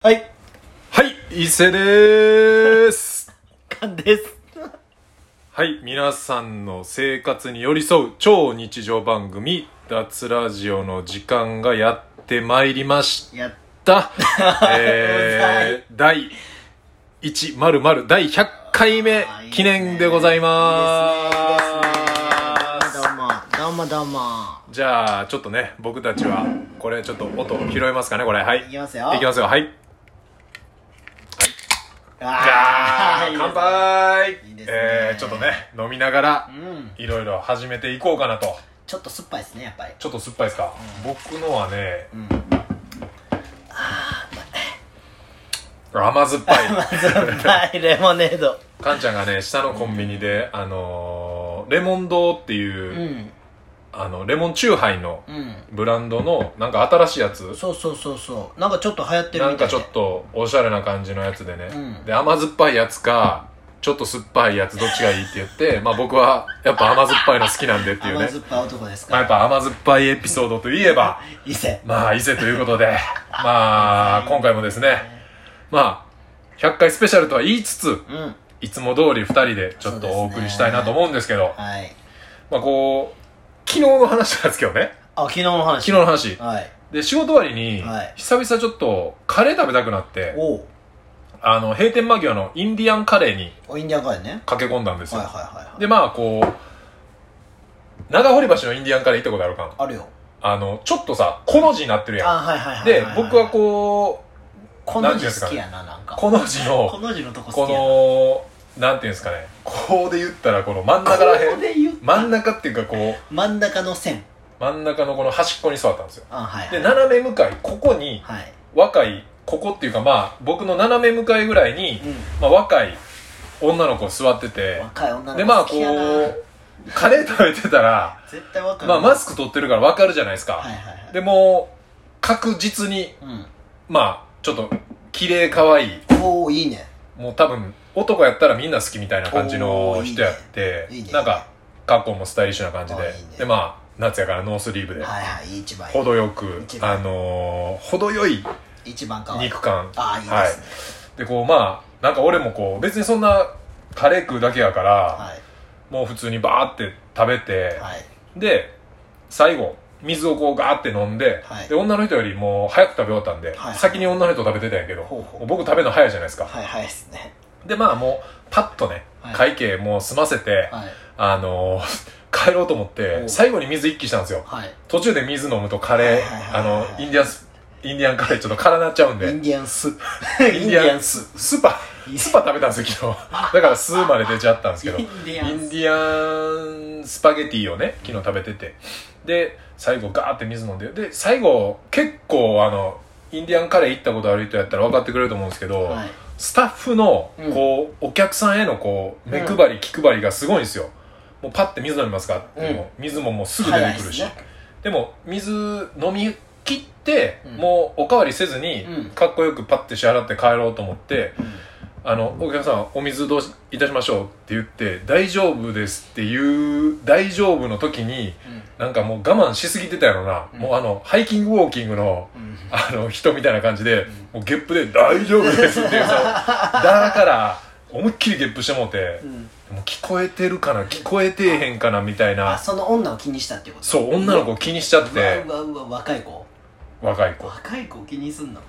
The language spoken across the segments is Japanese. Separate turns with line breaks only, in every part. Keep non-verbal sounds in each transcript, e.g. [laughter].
はい、
はい、伊勢でーす。
カンです。
はい、皆さんの生活に寄り添う超日常番組、脱ラジオの時間がやってまいりまし。
やった [laughs]
えー、第100第100回目
た
記念でございます。
どうも、どうも、どうも。
じゃあ、ちょっとね、僕たちは、これちょっと音拾えますかね、これ。はい。
いきますよ
いきますよ、はい。じゃ
あ
あ
ー、
乾杯
いいですね
えー、ちょっとね、飲みながら、
うん。
いろいろ始めていこうかなと。
ちょっと酸っぱいですね、やっぱり。 [laughs]
ちょっと酸っぱいですか、僕のはね、
ん
甘酸っぱい。
はい、レモネード。
かんちゃんがね、下のコンビニで、あのー、レモン堂っていう
う、ん。
あの、レモンチューハイの
うん。
ブランドの、なんか新しいやつ、
そうそうそうそう。なんかちょっと流行ってる
な
み
ん
たいで。
かちょっとおしゃれな感じのやつでね、
うん
で甘酸っぱいやつかちょっと酸っぱいやつどっちがいいって言ってまあ僕はやっぱ甘酸っぱいの好きなんでっていう
甘
ね
酸っぱい男です
まあ
か
やっぱ甘酸っぱいエピソードといえば
ら。伊勢。
まあ伊勢ということで [laughs] まあ今回もですねまあ100回スペシャルとは言いつつ
うん。
いつも通り2人でちょっとお送りしたいなと思うんですけど
はい。
まあこう昨日の話なんですけどね
あ、昨日の話。
昨日の話
はい。
で仕事終わりに
はい
久々ちょっとカレー食べたくなって
おう。
あの、閉店間際のインディアンカレーに
おインディアンカレーね。
駆け込んだんです
はい
よ。
はいはいはい。
で、まあ、こう、長堀橋のインディアンカレー行ったことあるかな
あるよ。
あの、ちょっとさ、この字になってるや
あ、はいはいはい
ん。
はい
で
はい。、
僕は
う、
こ
こ
な
の
んていうんで
字
すか
好
ね
きやな、なん
う、
か。
この字
こ
の、
の字のとこ好きやな。
この、なんていうんですかね、こうで言ったら、この真ん中らへ
こ
ん。
れ言った
真ん中っていうか、こう、
真ん中の線
真ん中のこの端っこに座ったんですよ。
あはい
で、斜め向かい、ここに、
はい
若い、ここっていうか、まあ、僕の斜め向かいぐらいに、
う
まあ、若い女の子座ってて
ん、若い女
で
の子
まあ
好
こ
きやな、
うカレー食べてたら、
絶対若い
まあ、マスク取ってるからわかるじゃないですか、
はいはいはい
でも確実に
うん
まあちょっと綺麗可愛い
おおいいね
もう多分男やったらみんな好きみたいな感じの人やって
おーいいねいいね
なんか格好もスタイリッシュな感じで
あーいいね
でまあ夏やからノースリーブで、
はいはい一番い
程よく
一番
あのー程よい
い一番かわいい
肉感
ああいいですね
でこうまあなんか俺もこう別にそんなカレー食うだけやから、
はい
もう普通にバーって食べて、
はい
で最後水をこうガーって飲んで,、
はい
で女の人よりもう早く食べ終わったんで、
はい
先に女の人食べてたんやけど、
ほうほう
もう僕食べるの早いじゃないですか、
はいはいですね
でまあもうパッとね、
はい
会計もう済ませて、
はい
あの [laughs] ー帰ろうと思っ
お
て
う
最後に水一気したんですよ
はい
途中で水飲むとカレ
はいは
ー
い
あ
はいはい
のインディアンスインディアンカレーちょっと空なっちゃうんで
インディアンスイン
[laughs] インディアンススパスパ食べたんですよ昨日だからスーまで出ちゃったんですけど
インディア
イ
ン
ン
ス
ディアンスパゲティをね昨日食べててで最後ガーって水飲んでで最後結構あのインディアンカレー行ったことある人やったら分かってくれると思うんですけど、
はい
スタッフの
うん
こう、お客さんへのこう目配り、気配りがすごいんですよもうパッて水飲みますか、
うん
もう水ももうすぐ出てくるし、
早いですね
でも水飲み切って、
うん
もうおかわりせずに、
うん
かっこよくパッて支払って帰ろうと思って、
うん
あの、お客さん、お水どうしいたしましょうって言って、大丈夫ですっていう、大丈夫の時に、なんかもう我慢しすぎてたやろな。
うん
もうあの、ハイキングウォーキングの、
うんうん
あの、人みたいな感じで
ん、
もうゲップで、大丈夫ですっていうさ、だから、思いっきりゲップしてもうて
う、ん
もう聞こえてるかな、聞こえてへんかな、みたい
あ
な。
その女を気にしたっていうこと
そう、女の子を気にしちゃっ
うわ
て
う、わうわ若い子
若い子。
若い子を気にすんの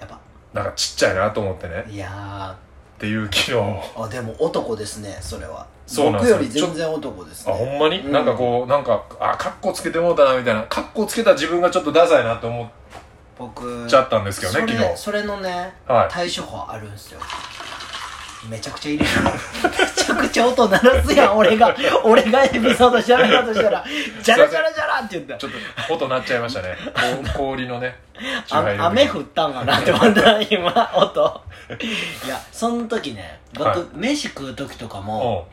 やば
なんかちっちゃいなと思ってね。
いや
っていう昨日。
ーあでも男ですねそれは
そうなん
僕
ですよ
より全然男です
あ
ね
ほんまに、
うん
なんかこうなんかあカッコつけてもうたなみたいなカッコつけた自分がちょっとダサいなって思っ
僕
ちゃったんですけどね
それ
昨日
それのね、
はい
対処法あるんですよめちゃくちゃいるよめちゃくちゃ音鳴らすやん俺が俺がエピソードしゃべろうとしたら「じゃらじゃらじゃら」って言っ
ち
た
ょっと音鳴っちゃいましたねこう氷のね
あ雨
っ
降ったんかなって思った今音いやその時ね僕、
はい
飯食う時とかも
お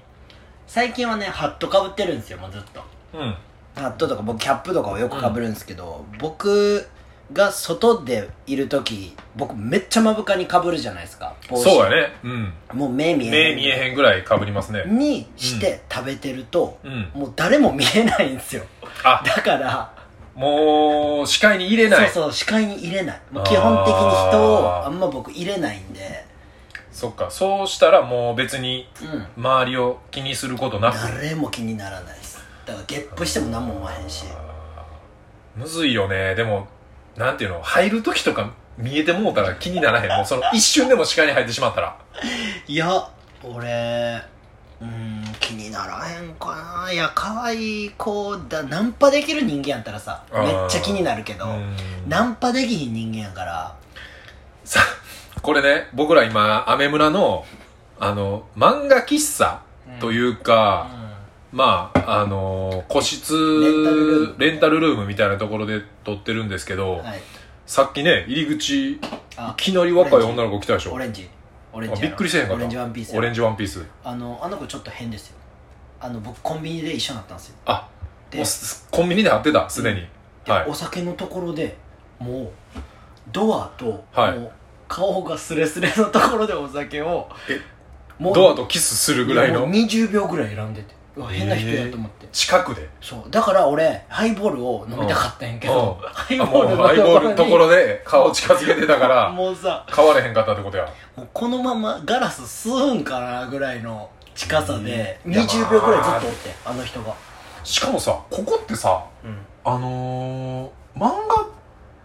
最近はねハットかぶってるんですよもうずっと
ううん
ハットとか僕キャップとかをよくかぶるんですけど、僕が外でいる時僕めっちゃ目深にかぶるじゃないですか帽子
そうやねうん
もう目見えな
目
い
見えへんぐらいかぶりますね
にして食べてると、
うん
もう誰も見えないんですよ
あ
だから
もう視界に入れない
そうそう視界に入れないもう基本的に人をあんま僕入れないんで
そっかそうしたらもう別に
うん
周りを気にすることなく
誰も気にならないですだからゲップしても何も思わへんし
むずいよねでもなんていうの入る時とか見えてもうたら気にならへんもうその一瞬でも視界に入ってしまったら
いや俺うーん気にならへんかないや可愛い子だナンパできる人間やったらさ
あー
めっちゃ気になるけど
うん
ナンパできひん人間やから
さこれね僕ら今アメ村のあの漫画喫茶というか、まああの個室レンタルルームみたいなところで撮ってるんですけど、
はい
さっきね入り口い
あ
きなり若い女の子来たでしょ
オレンジオレン
あ
ジ
びっくりせえへんか
オ
った
レンジワンピースや
オレンジワンピース
あのあの子ちょっと変ですよあの僕コンビニで一緒になったんですよ
あ
で
もうすコンビニで会ってたすでに、
で
はい
お酒のところでもうドアと、
はい
もう顔がスレスレのところでお酒を
え
も
ドアとキスするぐらい
やも
の
う20秒ぐらい選んでてうわ変な人やと思って、
近くで
そうだから俺ハイボールを飲みたかったんやけど、
うん
ハイ [laughs]
あも
ボ
う
ール
ハイボール
の
の
と
と
こ
こ
ろ
ろ
に
で顔近づけてたから
もうさ
変われへんかったってことや
もうこのままガラス吸うんかなぐらいの近さで
いや
20秒ぐらいずっとおってあの人が
しかもさここってさ
うん
あのー、漫画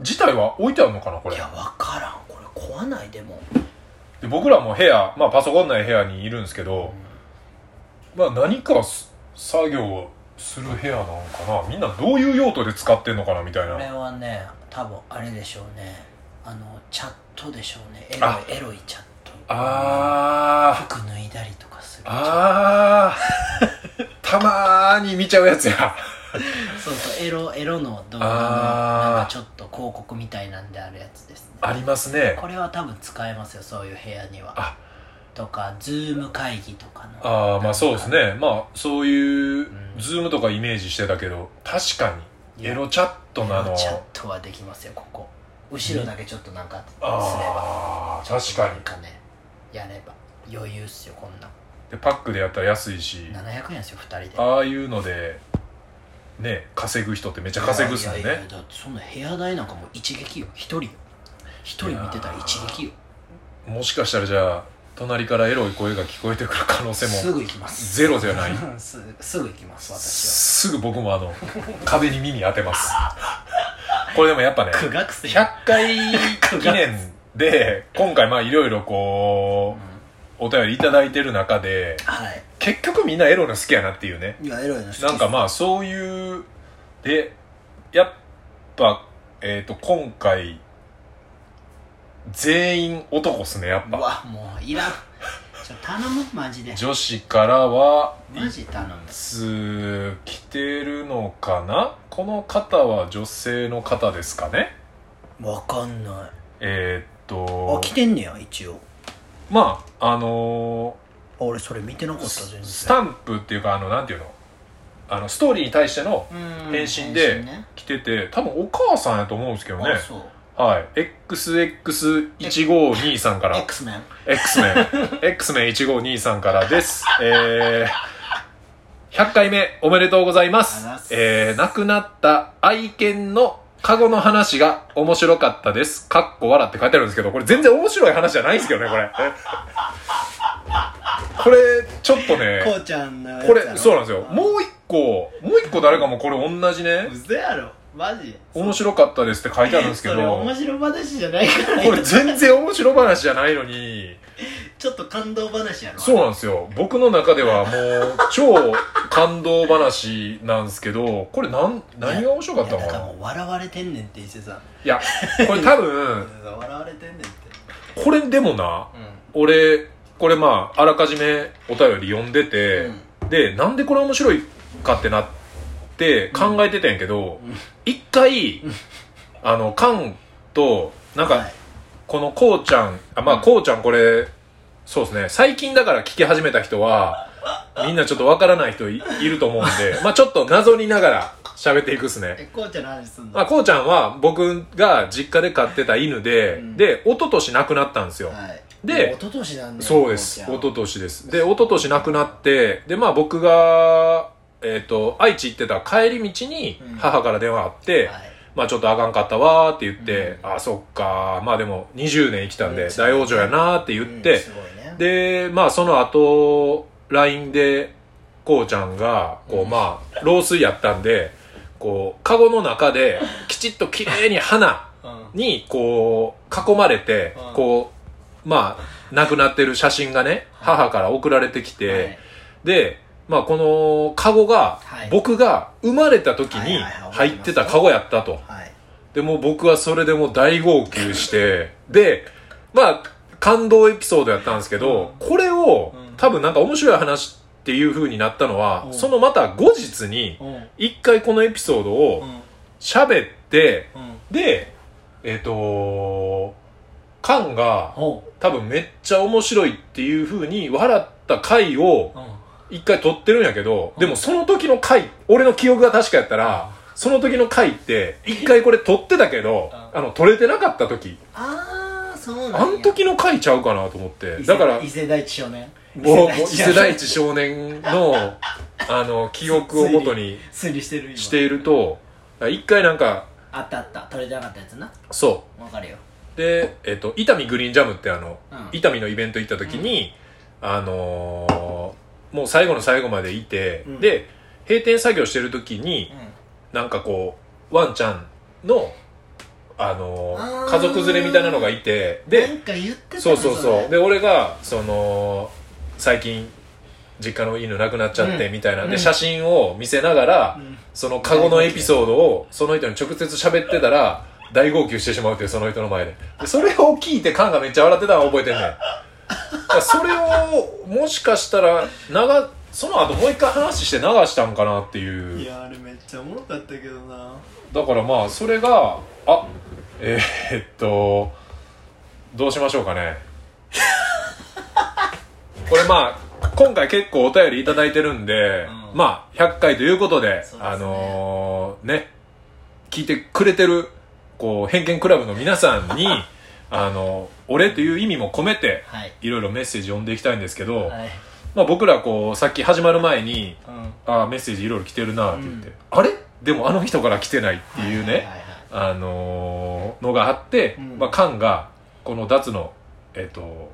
自体は置いてあるのかなこれ
いや分からんこれ怖ないでも
で僕らも部屋、まあ、パソコンない部屋にいるんですけど、まあ、何かす作業をする部屋なのかなみんなどういう用途で使ってんのかなみたい
これ
な
はね多分あれでしょうねあのチャットでしょうねエ
あ
ロいエロいチャット
あー
服脱いだりとかする
あー [laughs] たまーに見ちゃうやつや
そうそうエロエロの動画の
あー
なんかちょっと広告みたいなんであるやつですね
ありますね
これは多分使えますよそういう部屋には
あ
とかズーム会議とかの
ああまあそうですねまあそういう
うん
ズームとかイメージしてたけど確かにエロチャットなの
チャットはできますよここ後ろだけちょっとなんかすれば
ああ確か
な
に
んかねやれば余裕っすよこんな
でパックでやったら安いし
700円ですよ2人で
ああいうのでね稼ぐ人ってめっちゃ稼ぐっすもん
いやいや
ね
いやだってそんな部屋代なんかもう一撃よ一人よ一人見てたら一撃よ
もしかしたらじゃあ隣からエロい声が聞こえてくる可能性
す
も
ぐ行きます
ゼロじゃない
[laughs] すすぐ行きます私
すぐ僕もあの壁に耳当てますこれでもやっぱね
[laughs] は苦学生
100回記念で今回まあいろいろこ
うん
うお便りいただいてる中で
はい
結局みんなエロの好きやなっていうね
いやエロいの好き
なんかまあそういうでやっぱえっ、と今回全員男っすねやっ
う
ぱ
わもういらんちょ頼むマジで
女子からは
マジ頼む
つ来てるのかなこの方は女性の方ですかね
わかんない
えっ、
あ
と
来てんねや一応
まああのー
あ俺それ見てなかった全然
ススタンプっていうかあのなんていうのあのストーリーに対しての
返
返信で来てて多分お母さんやと思うんですけどね
あそう
はい XX1523 から
X メン
X メ
[laughs]
ン X メン1523からですえー100回目おめでとうございま
あ
す
りがとうございます。
えー、亡くなった愛犬のカゴの話が面白かったです。かっこ笑って書いてあるんですけど、これ全然面白い話じゃないんですけどね、
[laughs]
これ。これ、ちょっとね。
こうちゃんのやつ
こ
やろ
れそうなんですよもう一個もう一個誰かもこれ同じね
うぜやろマジ
面白かったですって書いてあるんですけど
それ
こ
面白話じゃないから
れ全然面白話じゃないのに
ちょっと感動話やろ
そうなんですよ僕の中ではもう超感動話なんですけどこれなん何が面白かった
い
の
やだ
か
から
な
もう笑われてんねんって伊勢さん
いやこれ多分
笑われてんねんって
これでもな
う
俺これまああらかじめお便り読んでて、
ん
でなんでこれ面白いかってなって考えてたんやけど
うん
一、回あのカンとなんか、
はい
このこうちゃんあまあこうちゃんこれそうですね最近だから聞き始めた人はみんなちょっとわからない人いいると思うん
[laughs]
でまあちょっと謎にながら喋っていくっすね
えこうちゃんの話すんの
まあ、こうちゃんは僕が実家で飼ってた犬で、
うん
で、一昨年亡くなったんですよ。
はい
で
もう一昨年なんだよ
そうです。
こ
一
うちゃん
昨年です。で、一昨年亡くなって、で、まあ僕が、えっ、と、愛知行ってた帰り道に
うん
母から電話あって、
はい
まあちょっとあかんかったわーって言って、あ、そっかーまあでも20年生きたん
う
で
ん
大往生やなーって言って、
うんすごいね
で、まあその後、LINE で、こうちゃんが、こ
う
う、
ん
まあ、老衰やったんで、こう、カゴの中で、きちっと綺麗に花
うん
に、こう、囲まれて
うん、
こう、まあ、亡くなってる写真がね、
はい
母から送られてき
は
て
い、
で、まあこのカゴが
はい、
僕が生まれた時に
はいはいはい
入ってたカゴやったと。
はい
で、もう僕はそれでもう大号泣して、
[laughs]
で、まあ、感動エピソードやったんですけど、これを
うん、
多分なんか面白い話っていう風になったのは、
うん
そのまた後日に、
うん
一回このエピソードを
うん
喋って、
うん
で、えっ、とカンが、
ほ
多分めっちゃ面白いっていう風に笑った回を
ううん
一回撮ってるんやけど、
うん
でもその時の回、俺の記憶が確かやったら、その時の回って、一回これ撮ってたけど、
うん
あの、撮れてなかった時、
ああそうなんや
あの時の回ちゃうかなと思って、
伊勢
だから、
伊勢大地少年
もう、もう伊勢大
地
地少年の、あの、記憶をもとに
推理してる今
していると、一回なんか、
あったあった取れてなかったやつな
そ
わかるよ
う。で、えっと、伊丹グリーンジャムってあの、
うん
伊丹のイベント行った時に、あのーもう最後の最後までいて、
うん
で、閉店作業してる時に、なんかこう、ワンちゃんの、あのー
あー
家族連れみたいなのがいて、
なんか
で、
言ってた
そうそうそう。
で
で、俺が、その、最近、実家の犬亡くなっちゃって、
うん
みたいな。
うん
で、写真を見せながら、そのカゴのエピソードを、その人に直接喋ってたら、大号泣してしまうっていう、その人の前で。でそれを聞いて、カンがめっちゃ笑ってたのを覚えてんねん。だからそれを、もしかしたら、長、その後もう一回話して流したんかなっていう。
いやあれめっちゃおもろかったけどな
だからまあそれがあえーっとどうしましょうかね [laughs] これまあ今回結構お便りいただいてるんで、
うん
まあ100回ということ
そう
で
ですね
あのーね聞いてくれてるこう偏見クラブの皆さ
[laughs]
んにあの俺という意味も込めて
はい
いろいろメッセージ読んでいきたいんですけど、
はい
まあ、僕らこうさっき始まる前に
うん
あーメッセージいろいろ来てるなって言って、
うん
あれでもあの人から来てないってい
はい
うね、
はいはい
あのーのがあって、
うん
まあ、カンがこの脱の、えっと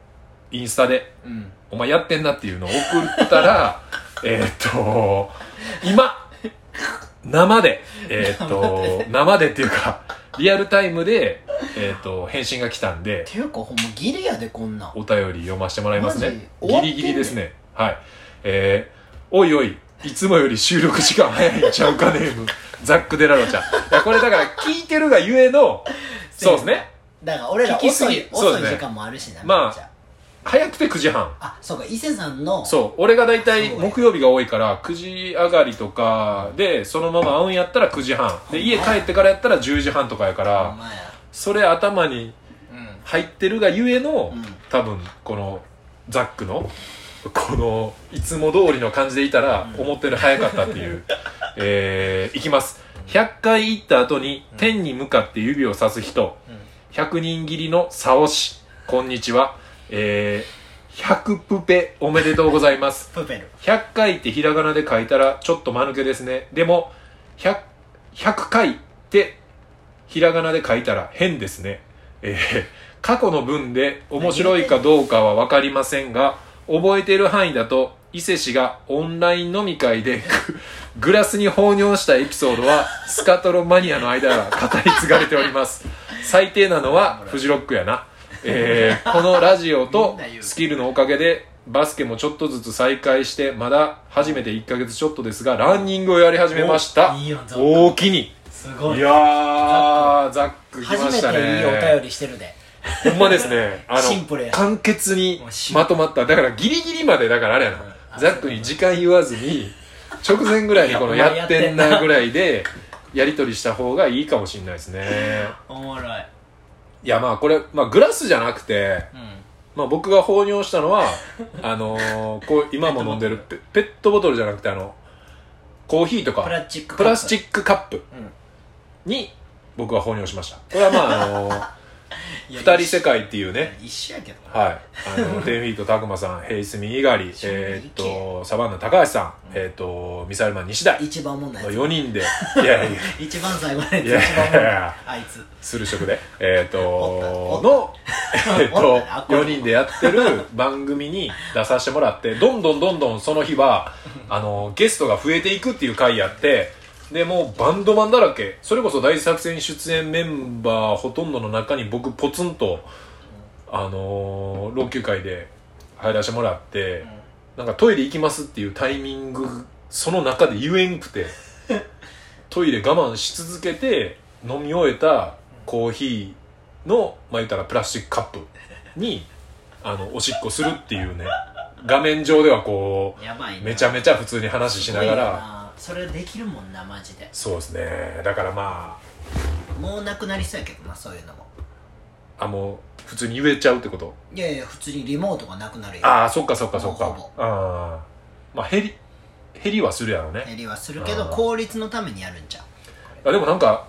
インスタで
うん
「お前やってんな」っていうのを送っ
[laughs]
たらえっと今生でえっと生でっていうかリアルタイムで、えっと返信が来たんで
ていうかほんまギリやでこんなん
お便り読ませてもらいますね
マジ終わ
ギ
ってんね
リギリですねはいえー、おいおいいつもより収録時間早いんちゃうかネーム [laughs] ザック・デラロちゃんいやこれだから聞いてるがゆえのそうですね
だから俺ら
聞きす
遅
ぎ
い
そう
遅
で
い
すね
時間もあるしな
まあ
めっちゃ
早くて9時半
あそうか伊勢さんの
そう俺が大体
そうや
木曜日が多いから9時上がりとかでそのまま会うんやったら9時半で家帰ってからやったら10時半とかやか
ほん
ら
まや
それ頭に
うん
入ってるがゆえの、
うん
多分このザックのこのいつも通りの感じでいたら
うん
思ったより早かったっ
[laughs]
ていう、えー、いきます100回行った後に天に向かって指を指す人
うん
100人切りのサオシこんにちはえー、100プペおめでとうございます
プペル
100回ってひらがなで書いたらちょっと間抜けですねでも 100, 100回ってひらがなで書いたら変ですねえー過去の文で面白いかどうかは分かりませんが覚えている範囲だと伊勢氏がオンライン飲み会で [laughs] ググラスに放尿したエピソードはスカトロマニアの間が語り継がれております最低なのはフジロックやな、えーこのラジオとスキルのおかげでバスケもちょっとずつ再開してまだ初めて1ヶ月ちょっとですがランニングをやり始めました
おいいよザック
大きに
すご
い
い
やーザック来ま
初め
したね
ていいお便りしてるで
ほんまですね。あ
シンプルや
簡潔に
もうシンプル
まとまった。だからギリギリまで、だからあれや
う
な。
ん
ザックに時間言わずに、直前ぐらいにこの
いや
やってんなぐらいで、やりとりした方がいいかもしれないですね。
おもろい
いや、まあこれ、まあグラスじゃなくて、
うん
まあ僕が放尿したの [laughs] は、あのーこう、今も飲んでるペペットボトルじゃなくて、あの、コーヒーとか、
プラスチック
プラスチ
ッ
ックカップ
うん
[laughs] に僕は放尿しました。これはまああのー二人世界っていうね、
一緒やけどな
はい。あの、テンフィート、たくまさん、ヘイスミン、猪 [laughs] 狩、えーっと、サバンナ、高橋さん、えーっと、ミサイルマン、西田、
一番おもんないや
4人で、いやいや、
つ一番最後のやつ
い
一
や
番おもんない
いや
あいつ
する職で、えーっ
お
と
っ、た
の、 [laughs] [laughs] えーっ
お [laughs]
と
っ、たなこれ
4人でやってる番組に出させてもらって、どんどんどんどんその日は、あの、ゲストが増えていくっていう回やって、で、もうバンドマンだらけ、それこそ大作戦出演メンバーほとんどの中に僕ポツンと、あのー老朽会で入らせてもらって、なんかトイレ行きますっていうタイミングその中で言えんくてトイレ我慢し続けて飲み終えたコーヒーのまあ言ったらプラスチックカップにあのおしっこするっていうね画面上ではこ
やばいう
めちゃめちゃ普通に話しながら
らそれできるもんなマジで
そうですねだからま
もうなくなりそうやけどなそういうのも
ああもう普通に言えちゃうってこと
いやいや普通にリモートがなくなるよ
ああそっかそっかそっ
ほ
か
ぼほ
ああまあ減り減りはするやろうね
減りはするけど
あー
効率のためにやるんじゃん
あでもなんか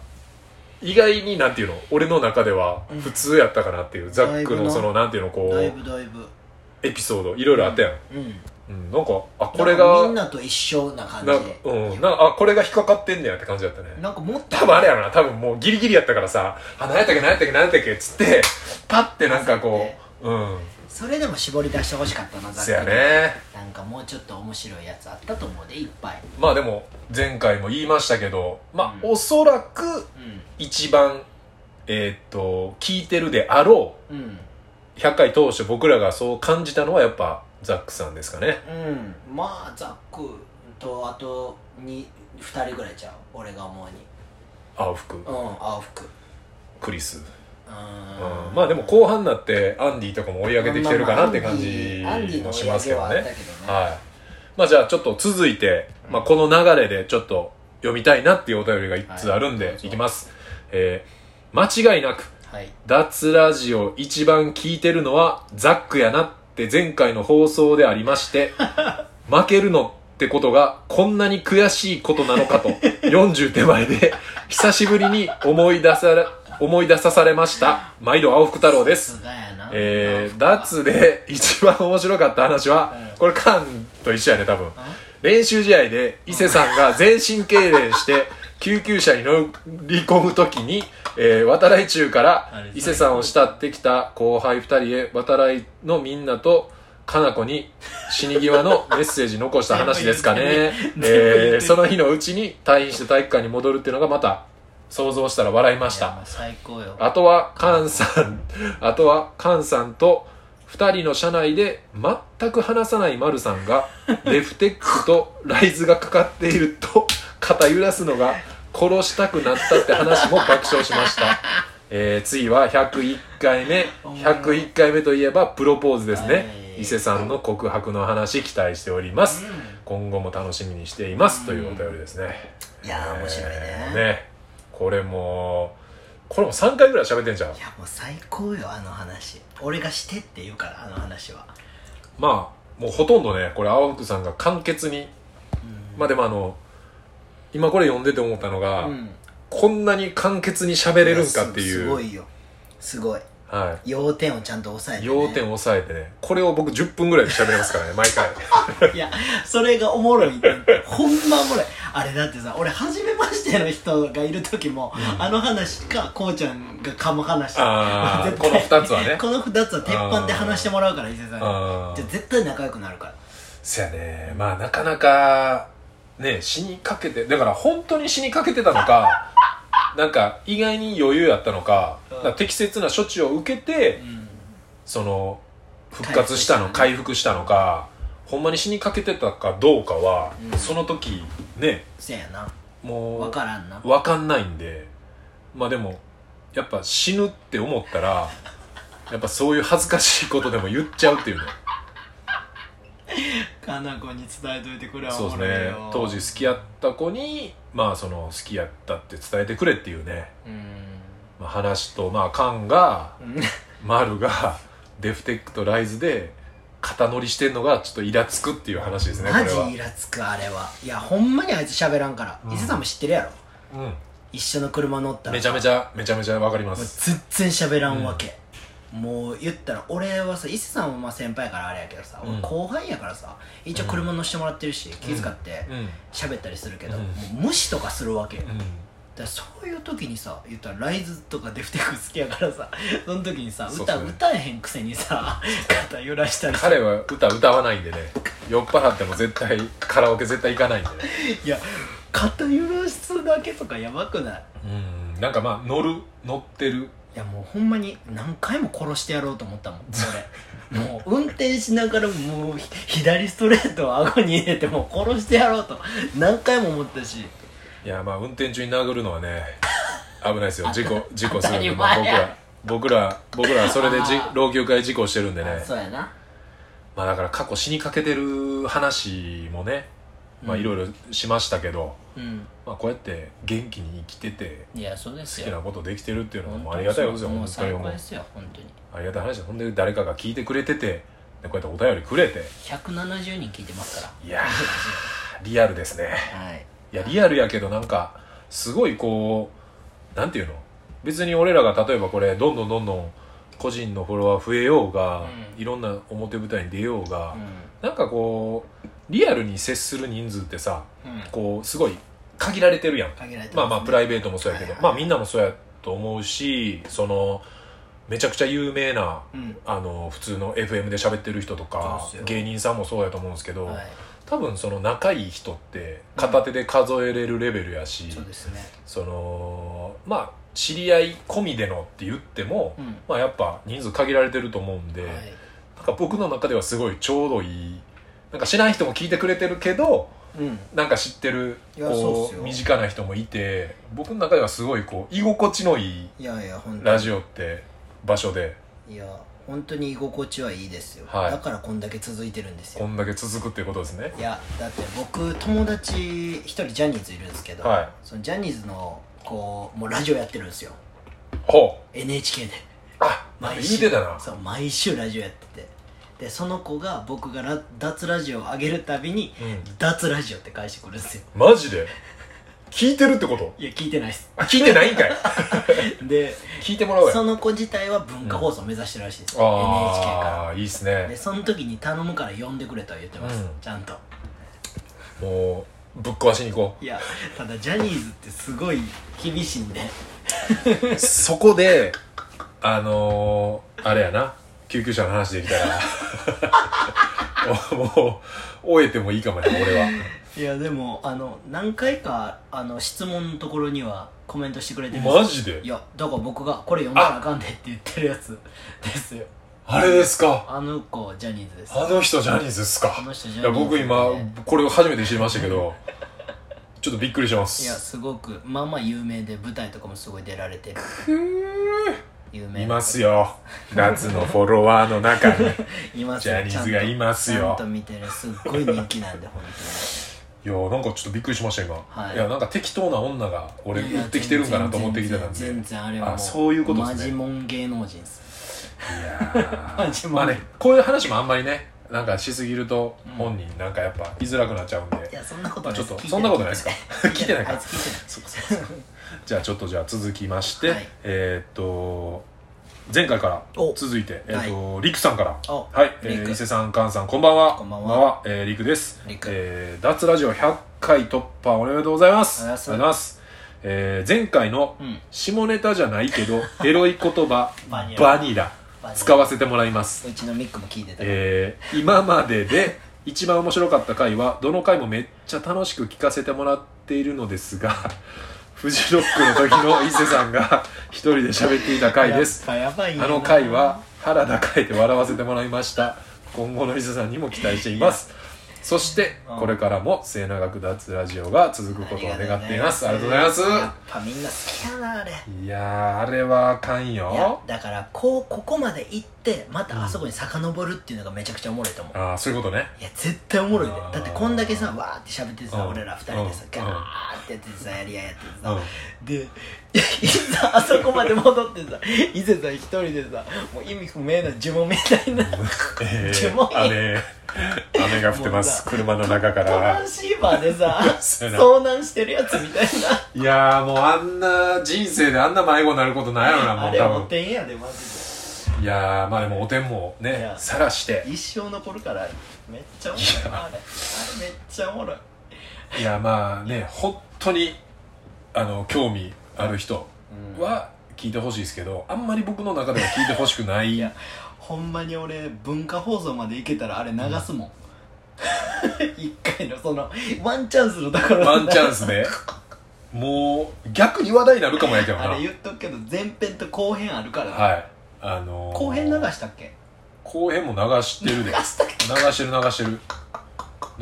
意外になんていうの俺の中では
うん
普通やったかなっていう、ザック
だいぶ
の
な
そのなんていうのこ
だいうぶだいぶ
エピソードいろいろあったやん、
うん
うんなんかあこれが
なんかみん
な
なと一緒な感じ
うんなあこれが引っかかってんねやって感じだったね
なんかもっと
多分あれやろな多分もうギリギリやったからさあ何やったっけ何やったっけ何やったっけっつってパッてなんかこううん
それでも絞り出してほしかったな
そ
ざっ
や
くり
ね
なんかもうちょっと面白いやつあったと思うでいっぱい
まあでも前回も言いましたけどまあ、
うん
おそらく
う
一番えーっと聞いてるであろうん
うん
100回通して僕らがそう感じたのはやっぱザックさんですかね
うんまあざっくとあと 2, 二人ぐらいちゃう俺が思うに
青服
うん青服うん
クリス、うんま
ま
あでも後半になってアンディとかも追い上げてきてるかなって感じ
まあまあアンディ
もしますけど
アンディの追い上げはあったけどね
ねはいまあじゃあちょっと続いて、まあ、この流れでちょっと読みたいなっていうお便りが1つあるん
は
で
い
いきます、えー間違いなく
はい
脱ラジオ一番聞いてるのはザックやなって前回の放送でありまして負けるのってことがこんなに悔しいことなのかと40手前で久しぶりに思い出され思い出さされました毎度青福太郎です
さすがやな
えー、
青服
脱で一番面白かった話は、
うん
これカンと一緒やね多分練習試合で伊勢さんが全身痙攣して [laughs] 救急車に乗り込む時に、えー渡来中から伊勢さんを慕ってきた後輩2人へ渡来のみんなとかな
[laughs]
こに死に際のメッセージ残した話ですかね、えーその日のうちに退院して体育館に戻るっていうのがまた想像したら笑いまし
いや
た
もう最高よ
あとは、カンさん、 [laughs] あとは、カンさんと、二人の車内で全く話さない丸さん
[laughs]
が、レフテックとライズがかかっていると、肩揺らすのが、殺したくなったって話も爆笑し
[laughs]
ました。えー、次は101回目。101回目といえば、プロポーズです
はい
ね。伊勢さんの告白の話、期待しております。今後も楽しみにしています。というお便りですね。
いやー面白いね,、
えーねこれもこれも3回ぐらい喋ってんじゃん
いやもう最高よあの話俺がしてって言うからあの話は
まあもうほとんどねこれ青福さんが簡潔にまあでもあの今これ読んでて思ったのが、
うん
こんなに簡潔に喋れるんかって
や
い
す
う
すごいよすごい
は
要点をちゃんと押さえ
い、
て、ね、
要点を押さえてねこれを僕10分ぐらいで喋れま
[laughs]
すからね毎回
いやそれがおもろい点ほんまおもろいあれだってさ俺初めましての人がいる時も、あの話かこうちゃんが噛む話
あー
絶対
この二つは
[laughs]
ね
この2つは鉄板で話してもらうから伊勢さんに
あ
じゃあ
ー
絶対仲良くなるから
そやねまあなかなかね死にかけてだから本当に死にかけてたのかなんか意外に余裕やったのか
うん
だから適切な処置を受けて、その復活したの
回
回復したのかほんまに死にかけてたかどうかは、
うん
その時ね
せやな
も
分
う
からんな
わかんないんでまあでもやっぱ死ぬって思ったらやっぱそういう恥ずかしいことでも言っちゃうっていうね
かなこに伝えといてくれ
そうですね当時好きやった子にまあその好きやったって伝えてくれっていうね、
うん
まあ、話とまあカンが丸がデフテックとライズで肩乗りしてんのがちょっとイラつくっていう話ですねこ
マ
れは
ジイラつくあれはいやほんまにあいつ喋らんから、
うん
伊勢さんも知ってるやろ
うん
一緒の車乗ったら
めちゃめ
ち
ちゃめちゃめちゃわかりま
ゃ
す
全然喋らんわけ、もう言ったら俺はさ伊勢さんはまあ先輩やからあれやけどさ、
う
俺
ん
後輩やからさ一応車乗してもらってるし、気遣って
うんうん
喋ったりするけど、
うん
もう無視とかするわけよ、
うん
だからそういう時にさ言ったらライズとかデフテク好きやからさ [laughs] その時にさ
そうっす
歌
ね
歌えへんくせにさ肩揺らしたりさ
彼は歌歌わないんでね酔っ払っても絶対カラオケ絶対行かないんでね
いや肩揺らすだけとかやばくない
うんなんかまあ乗る乗ってる
いやもうほんまに何回も殺してやろうと思ったもん俺 [laughs] もう運転しながらもうひ左ストレートを顎に入れてもう殺してやろうと何回も思ったし
いやまあ運転中に殴るのはね危ないですよ事故事故す
当た
るんで、
り前
まあ、僕
や
ら僕ら僕らはそれでじ
あー
老朽化で事故してるんでね
そうやな
まあだから過去死にかけてる話もねまあ
うん
いろいろしましたけど、
うん
まあこうやって元気に生きてて
いやそうです
好
よ
きなことできてるっていうのはもうありがたいことですよ
も
本
う
当に
最
も
高
う
ですよ本当に
ありがたい話ですほんで誰かが聞いてくれててでこうやってお便りくれて
170人聞いてますか
いやーリアルですね
らはい
いやリアルやけどなんかすごいこうなんていうの別に俺らが例えばこれどんどんどんどん個人のフォロワー増えようが、
うん
いろんな表舞台に出ようが、
う
なんかこうリアルに接する人数ってさ
んうん
こうすごい限られてるやん
限られて
まあまあプラ
イ
イベートもそうやけど、
はいはい
まあみんなもそうやと思うしそのめちゃくちゃ有名な
うん
あの普通の FM で喋ってる人とか
そうっすよ
芸人さんもそうやと思うんですけど、
はい
多分その仲いい人って片手で数えれるレベルやし、
そうですね
そのまあ知り合い込みでのって言っても、
うん
まあやっぱ人数限られてると思うんで、
はい
なんか僕の中ではすごいちょうどいいなんか知らない人も聞いてくれてるけど
うん
なんか知ってる
いやそうっ
こ
す
う
よ
身近な人もいて僕の中ではすごいこう居心地のいい
いやいや本当
ラ
に
ジオって場所で
いや本当に居心地はいいですよ、
はい
だからこんだけ続いてるんです
こ
よ
んだけ続くっていうことですね
いやだって僕友達一人ジャニーズいるんですけど、
はい
そのジャニーズのこうもうラジオやってるんですよ
ほう
NHK で
あ言うてたな
そう毎週ラジオやっててでその子が僕がラ脱ラジオを上げるたびに、
うん
脱ラジオって返してくるんですよ
マジで聞いてるってこと
いや聞いてないっす
あ聞いてないんかい
で
聞いてもらおうや
その子自体は文化放送を目指してるらしいです、NHK か
ああいいっす
らで
ね
その時に頼むから呼んでくれとは言ってます、
うん
ちゃんと
もうぶっ壊しに行こ
いやただジャニーズってすごい厳しいんで
う [laughs] そこであのー、あれやな救急車の話できた [laughs] らもう終えてもいいかもね俺はい
やでもあの何回かあの質問のところにはコメントしてくれてるんです
マジで
いやだから僕がこれ読んだらあかんでって言ってるやつ [laughs] ですよ
あれですか
あの子ジャニーズです
あの人ジャニーズですか
あの人ジャニー
い
ズ
や
で
僕今これを初めて知りましたけどちょっとびっくりしま
いや
す
すごくまあまあ有名で舞台とかもすごい出られてる有名
いますよ夏のフォロワー
[laughs]
の中に
います
ジャニーズがいます
ちゃ
よ
んとちゃんと見てるすっごい人気なんで本
いやなんかちょっとびっくりしました今、
はい
いやなんか適当な女が
当
俺
に
売ってきてるんかなと思ってきてたんで
全然全然あれはもう
あそういうことですね
マジモン芸能人っす
いや
マジ [laughs]
ー
もう
まあねこういう話もあんまりねなんかしすぎると本人なんかやっぱ居づらくなっちゃうんで、
いやそんなこと
まあ
ない
ち
で
ょっ
す聞
と
いて
そんなことないですか [laughs] 聞いてない
あ
か
いつ聞いてない
そっかそっかそっか [laughs] じゃあちょっとじゃあ続きまして、
はい
えーっと前回から
お
続いて、えーっとリクさんから
お
はい、え
リ
ー、
ク
伊勢さん菅さんこんばんは
こんばんは
えーリクです
リク
えー脱ラジオ100回突破おめでとうございます
ありがとうございます
すえー前回の
うん
下ネタじゃないけど、 [laughs] エロい言葉
バニラ
バニラ
バニラ
使わせてもらいます
うちのミックも聞いてたから
えー今までで一番面白かった回はどの回もめっちゃ楽しく聞かせてもらっているのですが [laughs] フジロックの時の伊勢さんが一人で喋っていた回です
やっぱやばいんや
あ
な
の回は腹抱えて笑わせてもらいました今後の伊勢さんにも期待していますそして
うん
これからも末永く脱ラジオが続くことを願っていますありがとうございます
やっぱみんな好きやなあれい
いやーあれはあかん
や
よ
だからこうここまで行ってまたあそこに遡るっていうのがめちゃくちゃおもろいと思う、
ああそういうことね
いや絶対おもろいで
あー
だってこんだけさわーって喋ってさ、
うん
俺ら二人でさ、
うん
ガーってやってさやり合いやってさ、
うん
でいざあそこまで戻ってさ [laughs] 伊勢さん一人でさもう意味不明な呪文みたいな
え
呪文
ー、あれ雨が降ってます車の中か
トラ
ら
ンシーバーでさ
[laughs] そうやな
遭難してるやつみたいない
やーもうあんな人生であんな迷子になることないやろなも
あ
う
れは
多
お
分
てんやでマジ
いやーまあでもお天も
い
ね
や
さらして
で一生残るからめっちゃおもろいなあれあれめっちゃおもろい
いやまあね本当にあの興味ある人
うん
は聞いてほしいですけどあんまり僕の中では聞いてほしくない
いやほんまに俺文化放送まで行けたらあれ流すもん一回のそのワンチャンスのところ
ワンチャンスでもう逆に話題になるかもやけどな
あ
は
れ
い
言っとくけど前編と後編あるから、
あのー
後編流したっけ
後編も流してるで
流したっけ
流してる流してる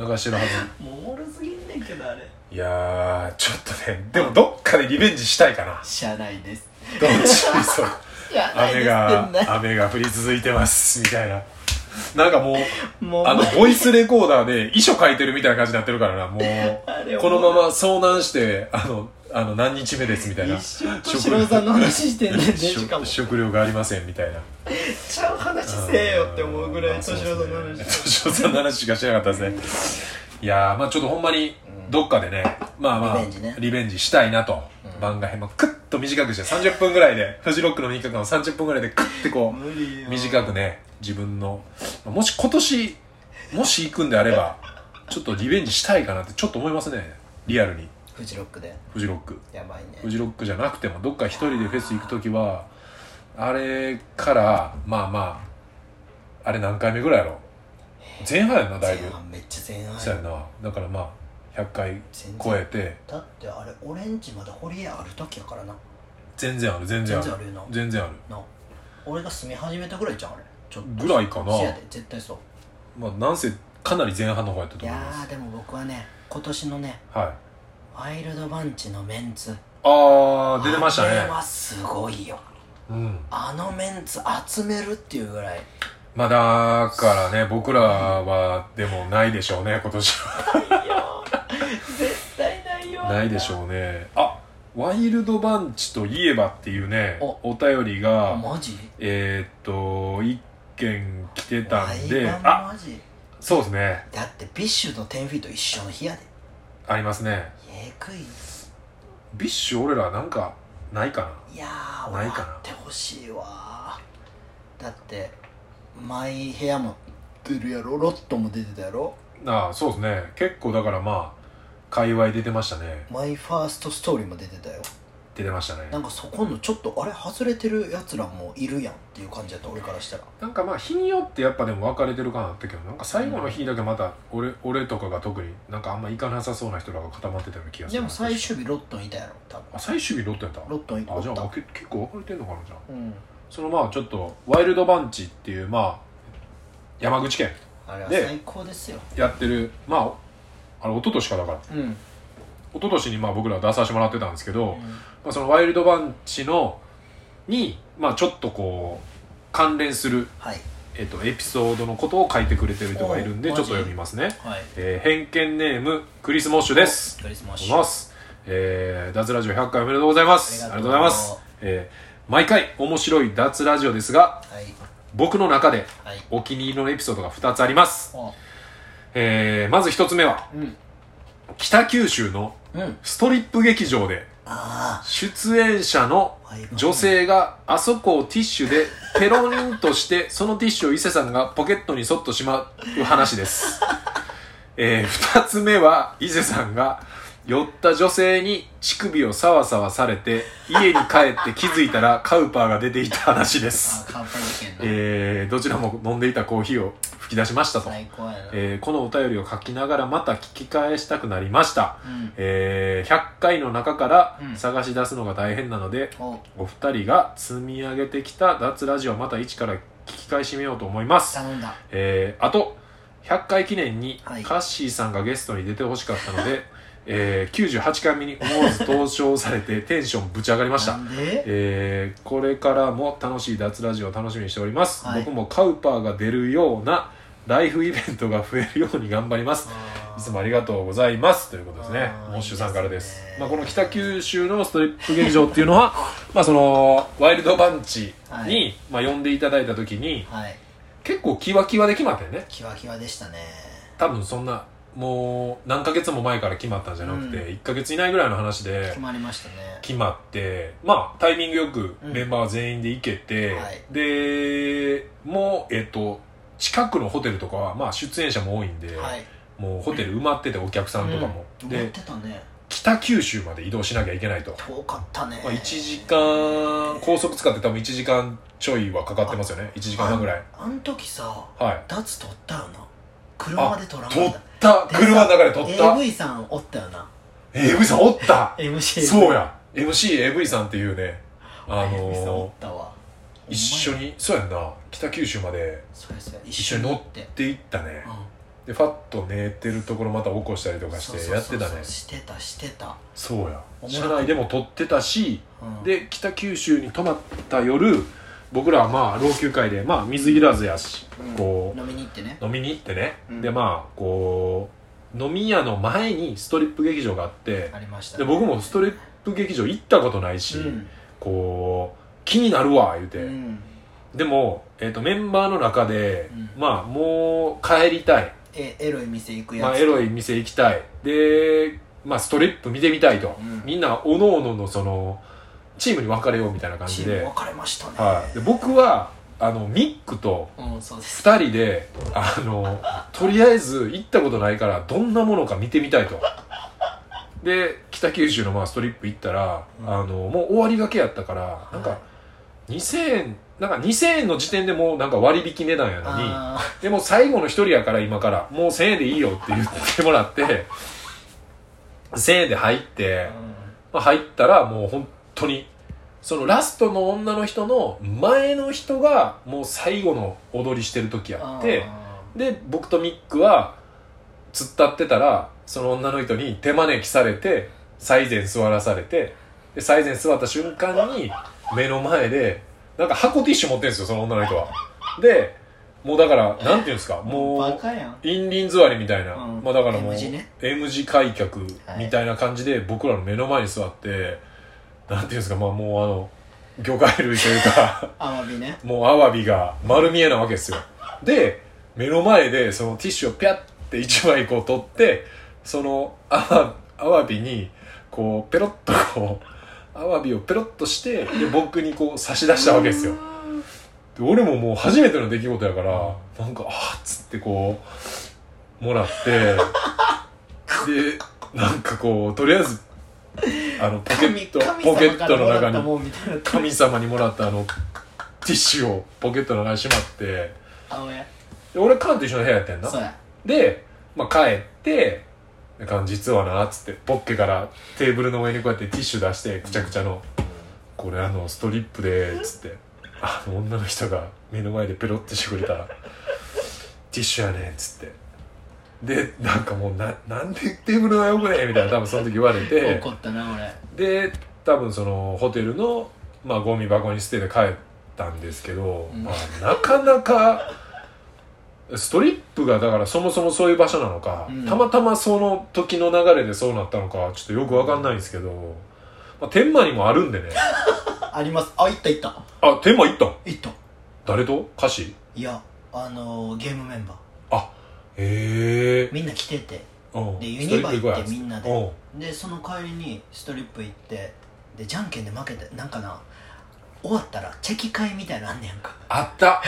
流してるはず
もうおもろすぎんねんけどあれ
いやーちょっとねでもどっかでリベンジしたいかな
しゃあないです
どっちにそう
し [laughs] ゃあない
雨
ですってんな
が雨が降り続いてますみたいななんかもう
もう
あのボイスレコーダーで遺書書いてるみたいな感じになってるからなも
あれ
うこのまま遭難してあのあの何日目ですみたいな
一生敏郎さんの話してん [laughs] ねんでしかも
食
ち
食料がありませんみたいな
ゃう話せえよって思うぐらい敏郎さんの話
敏郎さんの話しかしなかったですねいやーまあちょっとほんまにどっかでね、まあまあ
リベンジね
ベンジしたいなと、番外編もクッと短くして30分ぐらいでフジロックの3日間を30分ぐらいでクッてこう
無理よ
短くね自分のもし今年もし行くんであればちょっとリベンジしたいかなってちょっと思いますねリアルに
フジロックで
フジロック
やばいね
フジロックじゃなくてもどっか一人でフェス行く時はあれからまあまああれ何回目ぐらいやろ前半やなだいぶ
前半めっちゃ前
そうや
半
なだからまあ100回超えて
だってあれ俺んちまだ堀江ある時やからな
全然ある全然ある
全然あるよな
全然ある
な俺が住み始めたぐらいじゃんあれちょっと
ぐらいかな
せやで絶対そう
まあなんせかなり前半の方やった
い
と思い
や
ま
ー
す
でも僕はね今年のね
はい
ワイルドバンチのメンツ
ああ出てました
あれ
ね
はすごいよ
うん
あのメンツ集めるっていうぐらい
まあだからね僕らはでもないでしょうね今年は
絶対ないよ
ないでしょうねあワイルドバンチといえばっていうね
お
お便り
あ
が
マジ
えー、っと1件来てたん
ワイ
で
バン
あ
マジ
そうですね
だってビッシュとテンフィート一緒の日やで
ありますね
えぐい
ビッシュ俺らなんかないか
いやー
な
俺
いかな
あってほしいわだってマイ部屋も出るやろロットも出てたやろ
なああそうですね結構だからまあ界隈出てましたね
マイファーストストーリーも出てたよ
出てましたね
なんかそこのちょっとあれ外れてるやつらもいるやんっていう感じだった俺からしたら
なんかまあ日によってやっぱでも分かれてる感あったけどなんか最後の日だけまた俺,、俺とかが特になんかあんま行かなさそうな人らが固まってたような気がす
で
る
も最終日ロットンいたやろ多
あ最終日ロットやった
分ロットンいた
あじゃあけ結構分かれてんのかなじゃあ
うん
そのまあちょっとワイルドバンチっていうまあ山口県
あれは
で
最高ですよ
やってるまああれ一昨年かだから
うん
一昨年にまあ僕ら出させてもらってたんですけど、
うん
まあ、そのワイルドバンチのにまあちょっとこう関連する、
はい
えっとエピソードのことを書いてくれてる人がいるんでち
お
ょ
う
っと読みますね
はい
えー偏見ネームクリス・モッシュです
クリスマ
お
ス
りますえー脱ラジオ100回おめでとうございますあり
あ
が
り
と
が
う
とう
ございます、えー毎回面白い脱ラジオですが
はい
僕の中で
はい
お気に入りのエピソードが2つあります、
あ
えーまず1つ目は
うん
北九州の
うん
ストリップ劇場で
あ
出演者の
あ
女性があそこをティッシュでペロリンとしてそのティッシュを伊勢さんがポケットにそっとしまう話です、 [laughs] え2つ目は伊勢さんが酔った女性に乳首をさわさわされて家に帰って気づいたらカウパーが出ていた話です
あカンパ事件の
えーどちらも飲んでいたコーヒーを吹き出しましたと、
最高やな、
えーこのお便りを書きながらまた聞き返したくなりました、
うん
えー100回の中から
うん
探し出すのが大変なので、
お
お二人が積み上げてきた脱ラジオまた一から聞き返しめようと思います、
頼んだ
えーあと100回記念にカ
はい
ッシーさんがゲストに出てほしかったので、えー98回目に思わず登場されてテンションぶち上がりました
なんで
えーこれからも楽しい脱ラジオを楽しみにしております、
はい
僕もカウパーが出るようなライフイベントが増えるように頑張りますいつもありがとうございますということですね
あー
モッシュさんからです
いいですね
まあ、この北九州のストリップ劇場っていうの [laughs] はまあそのワイルドバンチに、
はい
まあ、呼んでいただいた時に
はい
結構キワキワで決まったよね
キワキワでしたね
多分そんなもう何ヶ月も前から決まったんじゃなくて、
うん
1ヶ月以内ぐらいの話で
決まりましたね
決まってまあタイミングよく
うん
メンバー全員で行けて、
はい
でもうえっと近くのホテルとかはまあ出演者も多いんで、
はい
もうホテル埋まっててお客さんとかも、
うん思っ
で
てたね
北九州まで移動しなきゃいけないと、
遠かったね
まあ、1時間高速使って多分1時間ちょいはかかってますよね1時間半ぐらい
あん時さ
はい
脱取ったよな車で取らん
撮
か
っ
ったで
車の中で撮った
AV さんおったよな
AV さんおった
MC
そうや MCAV さんっていうねあ
あのさんお
の
ったわ
ー、一緒にそうやんな北九州まで
そうやそうや
一緒に乗っ
一緒に
て行ったね
乗ってうん
でファッと寝てるところまた起こしたりとかしてやっ
そ
てた
うそうそ
ね
うしてたしてた、
そう
お
や
もろ
車
かった
内でも撮ってたし
うん、
で北九州に泊まった夜僕らはまあ老朽会でまあ水いらずやし
うん
こう
飲みに行ってね
飲みに行ってね、
うん
でまあこう飲み屋の前にストリップ劇場があって
ありましたね、
で僕もストリップ劇場行ったことないし、
うん
こう気になるわ言うて、
うん
でも、えー、とメンバーの中で、
うん
まあもう帰りたい、
えエロい店行くやつ、
まあ、エロい店行きたいで、まあ、ストリップ見てみたいと、
うん
みんなおのおののそのチームに分かれようみたいな感
チ
じ
ーム
で,、
分かれましたね、
はい、で僕はあのミックと
うんそうです
2人であのとりあえず行ったことないからどんなものか見てみたいとで北九州のまあストリップ行ったら、
うん
あのもう終わりがけやったからなん
はい
か2000円なんか2000円の時点でもうなんか割引値段やのに
あ
でも最後の1人やから今からもう1000円でいいよって言ってもらって1000円で入って
ー、
まあ、入ったらもう本当にそのラストの女の人の前の人がもう最後の踊りしてる時やって
あ
で僕とミックは突っ立ってたらその女の人に手招きされて最前座らされてで最前座った瞬間に目の前でなんか箱ティッシュ持ってるんですよその女の人はでもうだからなんていうんですか
ーもうバ
も
カやん
うインリン座りみたいな、
うん
まあだからもう
M 字ね
M 字開脚みたいな感じで僕らの目の前に座ってなんていうんですかまあもうあの魚介類というか [laughs]
アワビね
もうアワビが丸見えなわけですよで目の前でそのティッシュをピャッて1枚こう取ってそのアワアワビにこうペロッとこうアワビをペロッとしてで僕にこう差し出したわけですよで俺ももう初めての出来事やからなんかあっつってこうも
[laughs]
らってでなんかこうとりあえずあのポケット
神
ポケットの
神様からもら
中
った
に
もんみたいな
神様にもらったあのティッシュをポケットの中にしまって
あおや
で俺カンと一緒の部屋やってん
そう
な
や
で、まあ、帰って「カン実はな」っつってポッケからテーブルの上にこうやってティッシュ出してくちゃくちゃの「これあのストリップで」っつってあの女の人が目の前でペロってしてくれたら「ティッシュやねん」っつってでなんかもうな「なんでテーブルの上置くねん」みたいな多分その時言われて
怒ったな俺
で多分そのホテルの、まあ、ゴミ箱に捨てて帰ったんですけど、
うん
まあ、なかなかストリップがだからそもそもそういう場所なのか、
うん
たまたまその時の流れでそうなったのかちょっとよくわかんないんですけど、まあ、天満にもあるんでね
あありますあ行った行った
あ天満行ったん
行った
誰と歌詞
いやあのーゲームメンバー
へえ
みんな来てて
うん
で
ス
ユ
ト
ニバ
リ
行
ップ行
っ
こうや
てみんなで
うん
でその帰りにストリップ行ってでじゃんけんで負けてなんかな終わったらチェキ会みたいなのあんねやんか
あった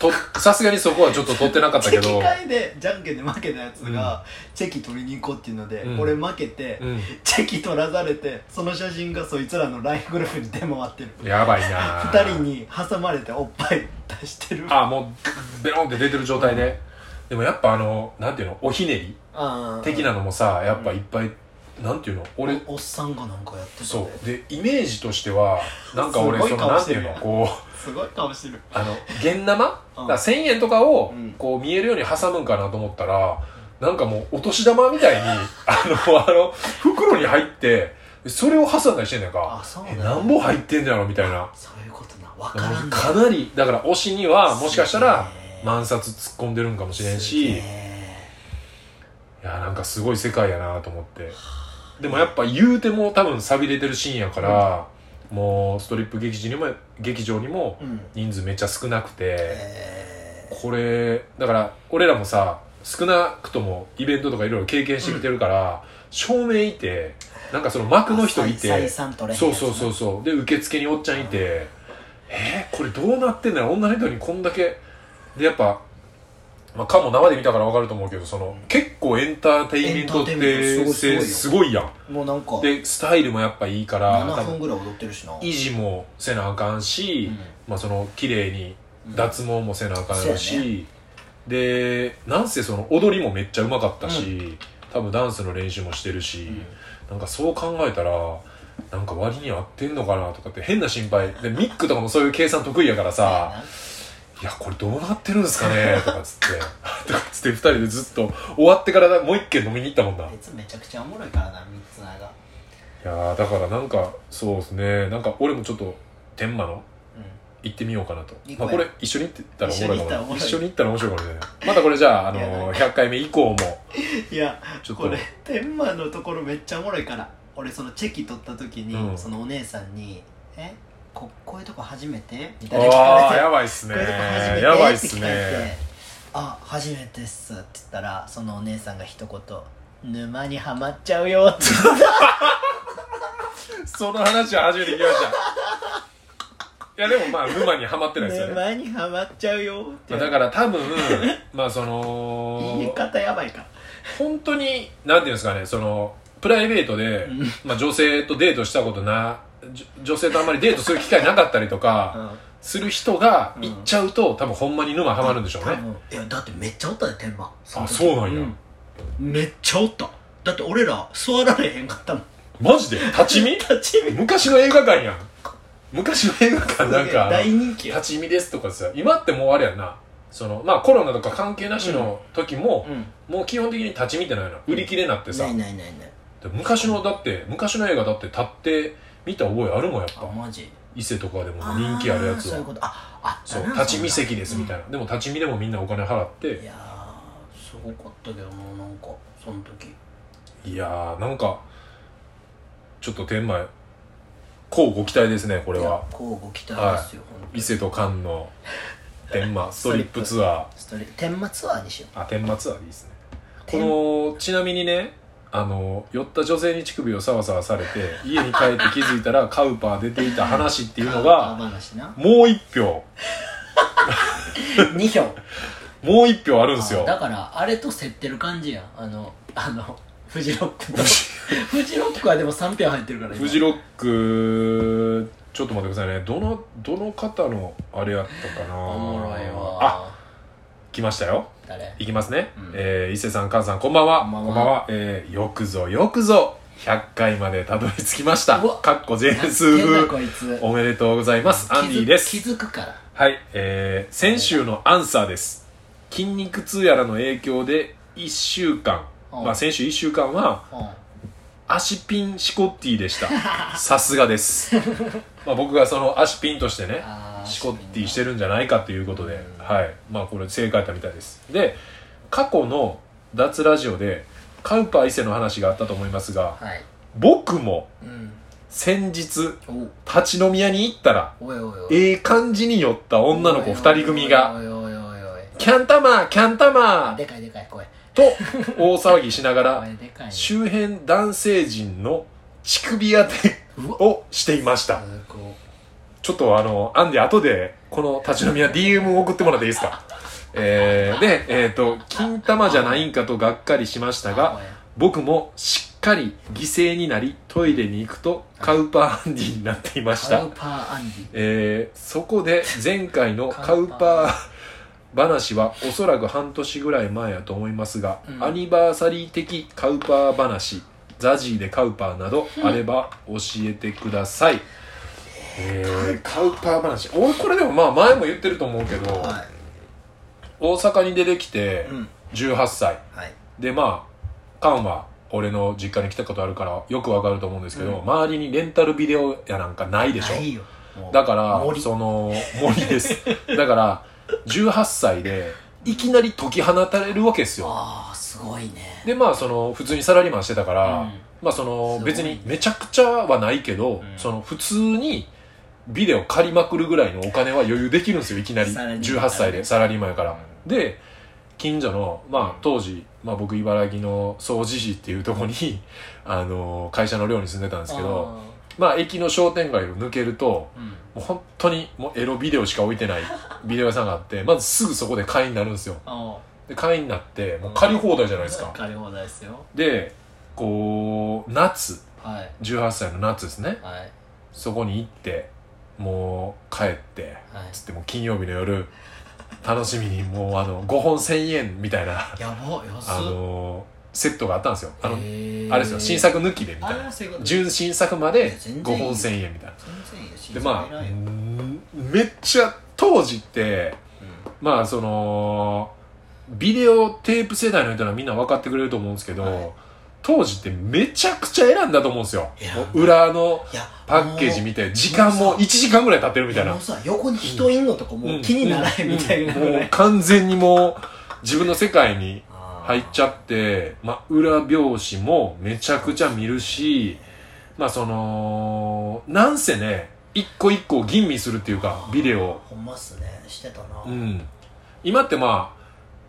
とさすがにそこはちょっと取ってなかった
チ
け
[laughs] ェ
ど
キ会でじゃんけんで負けたやつが、チェキ取りに行こうっていうので、
うん
俺負けて、
う
チェキ取らされてその写真がそいつらの LINE グループに出回ってる
んやばいな
二人に挟まれておっぱい出してる
あもうベロンって出てる状態で、でもやっぱあのなんていうのおひねり
あー
的なのもさやっぱいっぱい、なんていうの俺
おおっさんがなんかやってたで
そうでイメージとしてはなんか俺
すご
そ
い
の
顔
なん
してて
いう
る
の
やん
こう
すごい顔してる
あの現生だか
うん
ら1000円とかを
うん
こう見えるように挟むんかなと思ったらなんかもうお年玉みたいにあのあの袋に入ってそれを挟んだりしてんねんか
あそうな
え
んだ
なんぼ入ってんだろみたいな
そういうことな分からん
かなりだから推しにはもしかしたら
すげえ
万冊突っ込んでるんかもしれん
す
し
げえ
いやなんかすごい世界やなと思ってでもやっぱ言うても多分寂れてるシーンやから、もうストリップ劇場にも劇場にも
うん
人数めっちゃ少なくて、
え
これだから俺らもさ少なくともイベントとかいろいろ経験してきてるから、照明いてなんかその幕の人いて
採算取れへん
そう
やつな
そうそうそうで受付におっちゃんいて、えー、これどうなってんだろう女の人にこんだけでやっぱ、まあ、かも生で見たから分かると思うけどその結構エンターテインメントっ
エンターテインメン
て
トすごい
性
よ
すごいやん
もうなんか
でスタイルもやっぱいいから
7
多
分
分
ぐらい踊ってるしな
維持もせなあかんし、
うん
まあその綺麗に
うん
脱毛もせなあかんや
そうや
し、でなんせその踊りもめっちゃうまかったし、多分ダンスの練習もしてるし、
うん
なんかそう考えたらなんか割に合ってんのかなとかって変な心配でミックとかもそういう計算得意やからさ「いやこれどうなってるんですかね」とかっつって [laughs] とかっつって2人でずっと終わってからもう一軒飲みに行ったもんな
あいつめちゃくちゃおもろいからな三つ名が
いやーだからなんかそうですねなんか俺もちょっと天満の
う
行ってみようかなと、
行こ
ま
う
あ、
や
これ一緒に行ってたらおもろいかも一
一
緒
緒
に
に
行ったら面白いかもしれないまたこれじゃあ、あ
いやな
の
ん
100回目以降も
んいや
ちょっと
これ天満のところめっちゃおもろいから俺そのチェキ取った時に、
うん
そのお姉さんに「えここういうとこ初めて?」みたいな聞
あ
か
あ
れて
やばいっすね
こういうとこ初めて
やばいっす
って聞かれて
ね
あ初めてっすって言ったらそのお姉さんが一言「沼にはまっちゃうよ」って言った
その話は初めて聞きましたいやでもまあ沼にはまってないですよね、
沼にはまっちゃうよって言
まあ、
われ
だ
て
から多分 [laughs] まあその
言い方やばいから
本当になんていうんですかねそのプライベートで、まあ、女性とデートしたことなじょ女性とあんまりデートする機会なかったりとか、
うん
する人が
うん
行っちゃうと、多分ほんまに沼ハマるんでしょう
多
ね
分いやだってめっちゃおったで天満
あそうなんや、
めっちゃおっただって俺ら座られへんかったもん
マジで立ち見
立ち見
昔の映画館やん昔の映画館なんかあの
大人気よ
立ち見ですとかさ今ってもうあれやんなそのまあコロナとか関係なしの時も、
うん
もう基本的に立ち見ってないの売り切れなってさ、
ないないないない
で昔のだって昔の映画だって立って見た覚えあるもんやっ
あ
ぱ
マジ
伊勢とかでも人気あるや
ー
つ
そういう
は
ことああった
そう
な
立ち見席
んな
ですみたいな、でも立ち見でもみんなお金払って
いやーすごかったけどもうなんかその時
いやーなんかちょっと天満こうご期待ですねこ
こ
れは
こうご期待ですよ、本当
伊
に
勢と菅の
[laughs]
天満ストリップツア
ストレ天満ツアーにしよう
ーあ天満ツアーでいいですね
天
このちなみにねあの酔った女性に乳首をサワサワされて家に帰って気づい
[laughs]
たらカウパー出ていた話っていうの
あ
が
話な
もう一票
2票
もう一票あるんですよ
あだからあれと競ってる感じやんあのあのフジロックとフジロックはでも3票入ってるから今
フジロックちょっと待ってくださいねどのどの方のあれやったかな
おもろい
あ
わ
来ましたよ
誰
いきますね、
うん
えー伊勢さん菅さんこんばんは
こんばんは
えーよくぞよくぞ100回までたどり着きました
うわ
かっこジェーンス
やってんな
風
こいつ
おめでとうございますアンディです
気づ気づくから
はい、えー、先週のアンサーです筋肉痛やらの影響で1週間、
うん
まあ、先週1週間は足ピンシコッティでした [laughs] さすがです、まあ、僕がその足ピンとしてね
あー
シコッティしてるんじゃないかということで、はいまあこれ正解だったみたいですで過去の脱ラジオでカウパー伊勢の話があったと思いますが
はい
僕も
うん
先日
お
立ち飲み屋に行ったら
おいおいおい
ええ感じに酔った女の子2人組が
おいおいおいおいおい
「キャンタマーキャンタ
あ
マー
でかいでかい声」 [laughs]
と大騒ぎしながら
声でかいね
周辺男性陣の乳首当て
うわ
をしていました
すごい
ちょっとあの、アンディ後で、この立ち飲みは DM を送ってもらっていいですかえー、で、えっ、と、金玉じゃないんかとがっかりしましたが、僕もしっかり犠牲になり、トイレに行くと、カウパーアンディになっていまし
カ
た
ウ。パーアンディ
えー、そこ
[laughs]
で前回のカウパー話はおそらく半年ぐらい前やと思いますが、
うん
アニバーサリー的カウパー話ザジーでカウパーなどあれば教えてください、えーカウパー話俺これでもまあ前も言ってると思うけど、
は
大阪に出てきて
いうん
18歳
はい
でまあカンは俺の実家に来たことあるからよくわかると思うんですけど、
うん
周りにレンタルビデオやなんかないでしょ
ないよもう
だから
森
その森ですだから18歳でいきなり解き放たれるわけですよ
ああすごいね
でまあその普通にサラリーマンしてたから、
うん
まあその
すごい
別にめちゃくちゃはないけ
うん
ど、その普通にビデオ借りまくるぐらいのお金は余裕できるんですよいきなり
サラリーマン
18歳でサラリーマンやから、
う
で近所の、まあ、当時、まあ、僕茨城の総知事っていうとこに、あの会社の寮に住んでたんですけどまあ駅の商店街を抜けると
あーうん
もう本当にもうエロビデオしか置いて
[laughs]
ないビデオ屋さんがあってまずすぐそこで会員になるんですよ
あ
で会員になってもう借り放題じゃないです
ー
か
借り放題ですよ
でこう夏
はい
18歳の夏ですね
はい
そこに行ってもう帰って
はい
つってもう金曜日の夜楽しみにもうあの5本1000円みたいな
やば安
あのセットがあったんですよあの
の
あれですよ新作抜きでみたい
あ
な
ーそういうこと
純新作まで
全
5
然いい
本1000円みたいな
全然いいよ新
で
鮮
ま
偉
あ
いよ
うんめっちゃ当時ってまあそのビデオテープ世代の人はみんな分かってくれると思うんですけど、
はい
当時ってめちゃくちゃ選んだと思うんですよ
選んだ
もう裏の
いや
パッケージ見て時間も1時間ぐらい経ってるみたい
も
な
うさ横に人いんのとかもう気にならへんみたいな
うん
ぐ
も
ら
う
い
完全にもう自分の世界に
入
入っちゃって、まあ、裏表紙もめちゃくちゃ見るしまあそのなんせね一個一個吟味するっていうかビデオを
ほんまっすねしてたな
うん、今ってまあ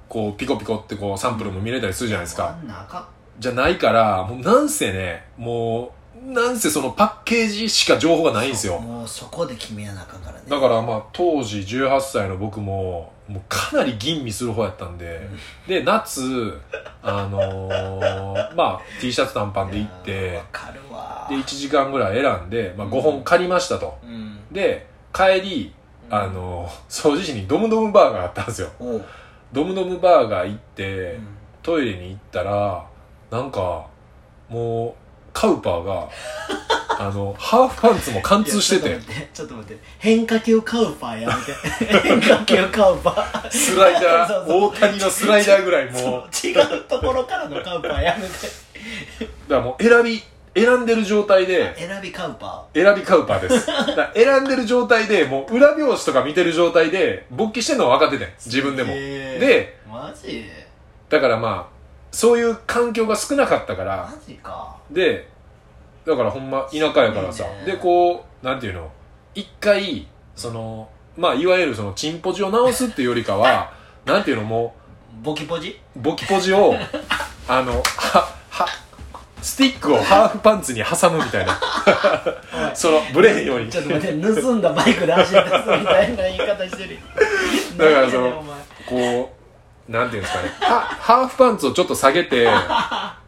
こうピコピコってこうサンプルも見れたりするじゃないですか、
あんなあかん
じゃないからもうなんせねもうなんせそのパッケージしか情報がないんですよ
もうそこで決めやなあかんからね
だからまあ当時18歳の僕ももうかなり吟味する方やったんで、で夏あのーまあ T シャツ短パンで行
い
っ
やー
て
わかるわ
で1時間ぐらい選んで、まあ、5本借りましたと、
うん
で帰りあのー掃除時にドムドムバーガーあったんですよ
おう
ドムドムバーガー行って、
うん
トイレに行ったらなんかもうカウパー
[laughs]
があのハーフパンツも貫通して
いや
て
ちょっと待ってちょっと待って変化球カウパーやめて
[laughs]
変化球カウパー
スライダ
そう
ー
そう
大谷のスライダーぐらいもう
そう違うところからのカウパーやめて
だからもう選び選んでる状態で
選びカウパ
選びカウパーですだから選んでる状態でもう裏表紙とか見てる状態で勃起してんのは分かっててん自分でも、
へー
で
ーマジ
だからまあそういう環境が少なかったから
マジか
でだからほんま田舎やから
す
さ、
ごいね
でこうなんていうの一回そのまあいわゆるそのチンポジを直すっていうより
[laughs]
かはなんていうのも
ボキポジ
うボキポジをあのははスティックをハーフパンツに挟むみたいな [laughs] そのブレへんように
ちょっと待って盗んだバイクで走り出すみたいな言い方してる
[laughs] だからその
なんやねんお前
こうなんていうんですかねはハーフパンツをちょっと下げ
[laughs]
て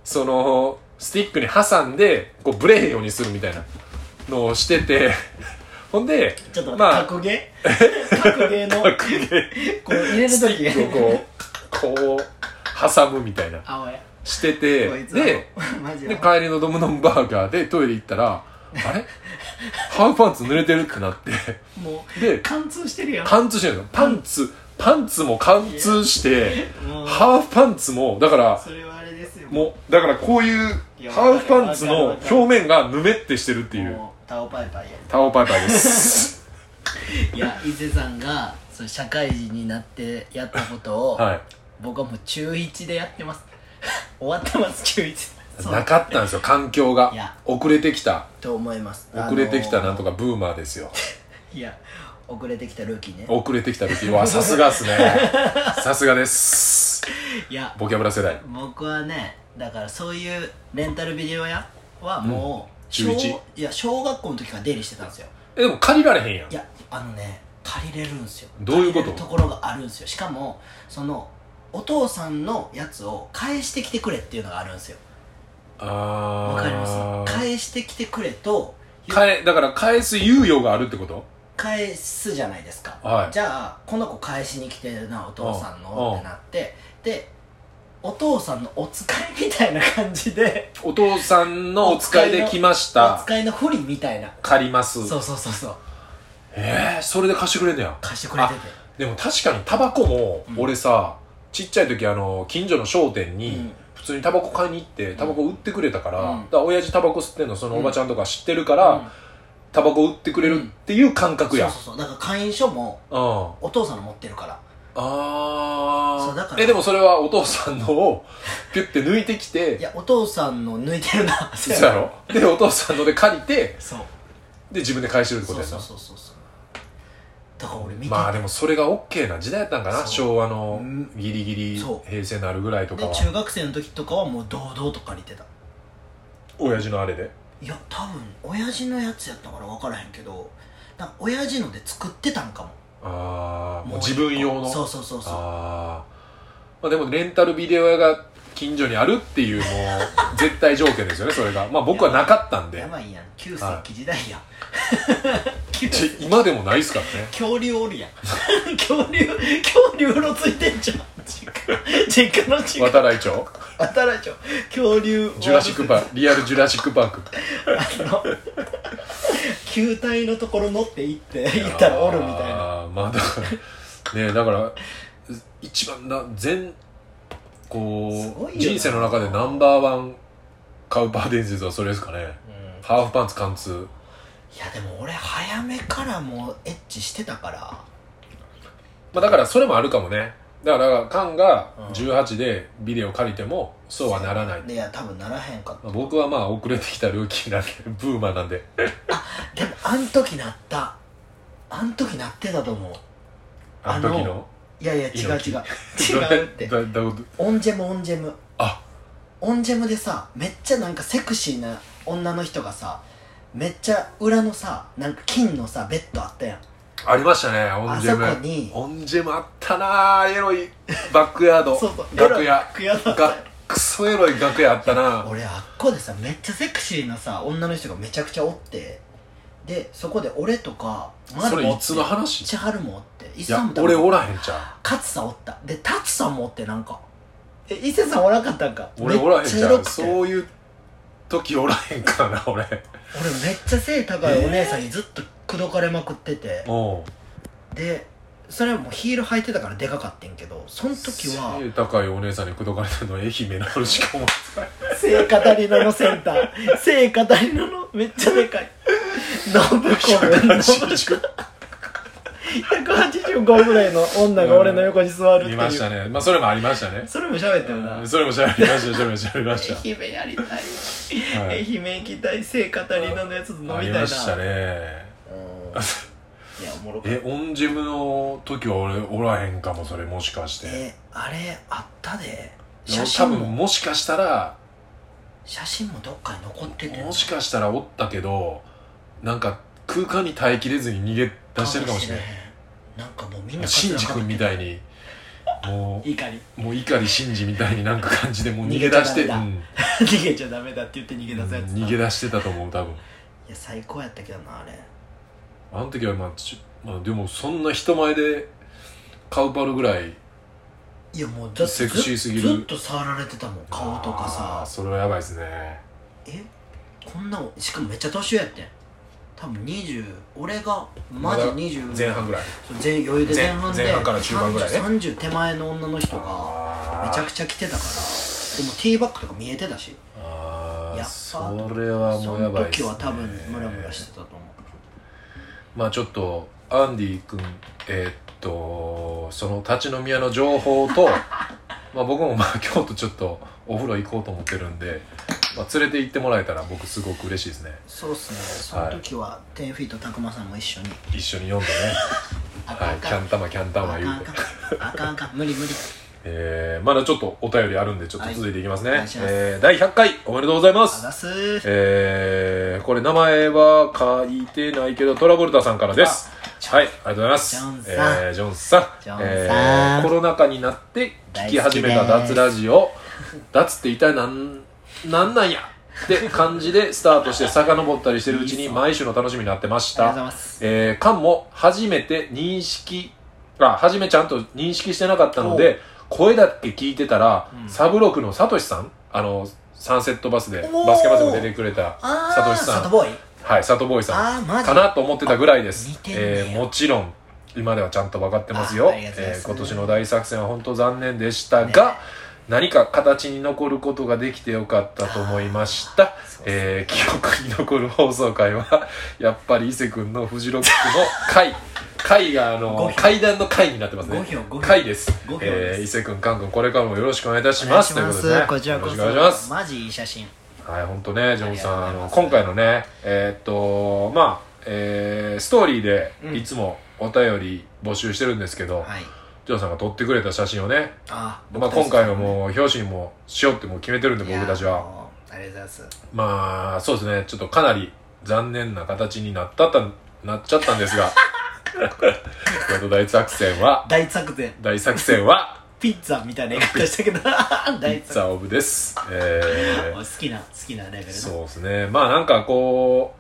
そのスティックに挟んでこうブレへんようにするみたいなのをしててほんで
ちょっと
ま
待
あ
って、格ゲ
[laughs]
ー格ゲーの
パックで
こう入れる時
をこう、こう、挟むみたいな、
あおい
してて
こい、つは
で、
[laughs] マジで
で、帰りのドムドムバーガーでトイレ行ったら、あれハーフパンツ濡れてるってなって、
もう
で、
貫通してるやん
貫通してるの。パンツ、パンツも貫通して、
もう
ハーフパンツも、だから、
それはあれですよ
もう、だからこういう、
いや
ハーフパンツの
わかるわか
表
る
面がぬめってしてるっていう、
もうタオパイパイや
タオパイパイ
[laughs]
です。
い
[laughs]
や伊勢さんがその社会人になってやったことを、
はい。
僕はもう中1でやってます [laughs] 終わってます中1そう
なかったんですよ、環境
いや
が。遅れてきた、
と思います
遅れてきたなん
と
とかブーマーですよ。
いや遅れてきたルーキーね
遅れてきた時はさすが
[laughs]
っすねさすがです
いや
ボキャブラ世代
僕はねだからそういうレンタルビデオ屋はもう、
中一
小いや小学校の時から出入りしてたんですよ
えでも借りられへんやん
いやあのね借りれるんですよ
どういうこ
借
と
りれるところがあるんですよしかもそのお父さんのやつを返してきてくれっていうのがあるんですよ
あ
わかります
返
返してきてくれと
だから返す猶予があるってこと
返すじゃないですか、
はい
じゃあこの子返しに来てるなお父さん
うん
のってなってでお父さんのお使いみたいな感じで
お父さんのお使いで来ました
お使いのふりみたいな
借ります
そうそうそうそう
ええー、それで貸してくれんねや
貸してくれてて
でも確かにタバコも
うん
俺さ、ちっちゃい時あの近所の商店
う
に
ん
普通にタバコ買いに行ってタバコ売ってくれたから,、
うん
だから親父タバコ吸ってんのそのおばちゃんとか知ってるから、タバコ売ってくれるっていう感
うんそ
覚
うそ
や、
うそうだから会員証も
うん、
お父さんの持ってるから
あ
そうだ
あ
から
えでもそれはお父さん
[laughs]
のをピュッて抜いてき
い
て
やお父さんの抜いてるな
そうやろでお父さんので借りて
そう
で自分で返してるってこ
そう
とや
そ
な
うそうそうそうだから俺見て
まあでもそれが OK な時代やったんかな
そう
昭和の
うん
ギリギリ
そう
平成のあるぐらいとか
で
は
中学生の時とかはもう堂々と借りてた
親父のあれで
いや多分親父のやつやったから分からへんけどなんか親父ので作ってたんかも
ああもう
一
自
個
分用の
そうそうそうそう
あーまあでもレンタルビデオ屋が近所にあるっていうも
[laughs]
う絶対条件ですよねそれがまあ僕はなかったんで
やばいやん旧石
は
器時代やん [laughs] 旧
ち今でもないですからね
恐竜おるやん [laughs] 恐竜恐竜うろついてんじゃん実家実家の実
渡来町
家新しい恐竜
ジュラシックパークリアルジュラシックパーク
あの球体のところ乗って行って行ったらおるみたいな
あーまあだからねだから一番な全
す
こ
ごいうよな
人生の中でナンバーワンカウパー伝説はそれですかね
うん
ハーフパンツ貫通
いやでも俺早めからもうエッチしてたから
まあだからそれもあるかもねだからだからカンが
うん
18でビデオ借りてもそうはならない、
いや多分ならへんかった
まあ僕はまあ遅れてきたルーキーなんでブーマーなんで
でもあん時なったあん時なってたと思う
あの時の
いやいや違う違う違うって
[laughs] どれどどど
オンジェムオンジェム
あ
オンジェムでさめっちゃなんかセクシーな女の人がさめっちゃ裏のさなんか金のさベッドあったやん
ありましたねオン
あ
ジ
そ
ェ
こ
ム
に
オンジェムあったなあエロいバックヤー
[laughs]
ド
そうそうエロい
楽
悔
屋
やだ
がクソエロい楽屋あったな
俺あっこでさめっちゃセクシーなさ女の人がめちゃくちゃおってでそこで俺とか
それいつの
話
話い
千春もおって伊勢さん
や
も多分
俺おらへんちゃ
勝さんおったで達さんもおってなんかえ伊勢さんおらんかったんか
う俺おらへん
めっ
ち
ちゃ
ゃ
エロ
う
くて俺
そういう時おらへんからな俺
めっちゃ背高いお姉さんにずっと口説かれまくってて、
おう
でそれはもうヒール履いてたからでかかってんけどその時は
背高いお姉さんに口説かれてるのは愛媛のあるしかも
聖カタリナのセンター聖カタリナのめっちゃでかい信子の185ぐらいの女が俺の横に座るってい
見
う、
ましたねまあそれもありましたね
それも喋ったよな
それもしゃべりましたしゃべりましたしゃべ
[laughs] 愛媛
りまし
やりたい、
た、はい、
愛媛行きたい聖カタリナのやつと飲み
あ
たい
り
な
ましたね
うんいやおもろかった
えオンジェムの時は俺おらへんかもそれもしかして
えあれあったで写
多
真
分
も
もしかしたら
写真もどっかに残ってて
もしかしたらおったけどなんか空間に耐えきれずに逃げ出してるかもしれない
んなんかもうみんな
シンジ君みたいにも
怒り
うもう碇シンジみたいになんか感じでもう逃げ出して
逃げちゃダメだ
うん
逃げちゃダメだって言って逃げ出すやつな
逃げ出してたと思う多分
いや最高やったけどなあれ
あの時はまあ、ちまあ、でもそんな人前でカウパルぐらい
いやもうだって
セクシーすぎ
ず
る
ずっと触られてたもん顔とか
あ
さ
ーそれはやばいですね
えこんなおしかもめっちゃ年上やってん多分20俺がマジ
まだ
20
前半ぐらい
そう前余裕で前半で
前前半から中盤ぐらいね
30手前の女の人がめちゃくちゃ来てたからでもティーバッグとか見えてたし
あ
やっ
あ
ぱ
それはも
そう
や
の
ばいっす、ね、
時は多分ムラムラしてたと思
まあちょっとアンディ君えーっとその立ち飲み屋の情報と [laughs] まあ僕もまあ京都ちょっとお風呂行こうと思ってるんで、まあ、連れて行ってもらえたら僕すごく嬉しいですね
うそうっすねそ
は
の
い
時は10フィートたくまさんも一緒に
一緒に飲んでね、
[laughs] あか
は
んあ
い、キ
か
ャ
ん
ン玉キャン玉
あか
言
んあ
うて
かんあかんあかん無理無理
えー、まだちょっとお便りあるんでちょっと続いていきますね、
はいお願いします
えー第100回おめでとうございま
あ
す
ざすー
えー、これ名前は書いてないけどトラボルタさんからですはいありがとうございます
ジョンさん
えージョンさん
ジョンさん
えーコロナ禍になって聞き始めた脱ラジオ脱って一体なんなんなんやって感じでスタートして遡ったりしてるうち
いい
に
ぞ
毎週の楽しみになってまし
ありがとうござい
た
ます
えー、カンも初めて認識あ初めちゃんと認識してなかったので声だけ聞いてたら、
うん
サブロクのサトシさんあのサンセットバスで
おー
バスケバスも出てくれた
あ
サト
あ
シさん
サトボーイ
はい、サトボーイさん
ああマジ
かなと思ってたぐらいです
あ似てんねや
えーもちろん今ではちゃんと分かってますよ
あありがとうございま
え
す
ー今年の大作戦は本当残念でしたが、
ね
何か形に残ることができてよかったと思いました
そうそう
えー記憶に残る放送回は [laughs] やっぱり伊勢くんのフジロックの回回があ
五
の
票
階段の回になってますね
五票五票
回です
五票で
え
す
ー伊勢くんカン君これからもよろしくお願いいたし
お願
ま
い
す
しま
ということですね
こちらこ
よろしくお願いします
そマジいい写真
はい、本当ね、ジョンさん、
あ
あ
りがとうござい
の
ます
今回のね、えーっと、まあ、えーストーリーで
うん
いつもお便り募集してるんですけど、
はい
ジョンさんが撮ってくれた写真をね、
あ
まあ、今回はもう表紙にもしようってもう決めてるんで
う
僕たちは
ありがとうございます
まあそうですねちょっとかなり残念な形になったったなっちゃったんで
[laughs]
すがやっと大作戦は
大作戦
大作戦は
ピッツァみたいな言い方したけど [laughs] 大
ピッツ
作
ァオブです
戦
えー
好きな好きなレベル
そうですねまあなんかこ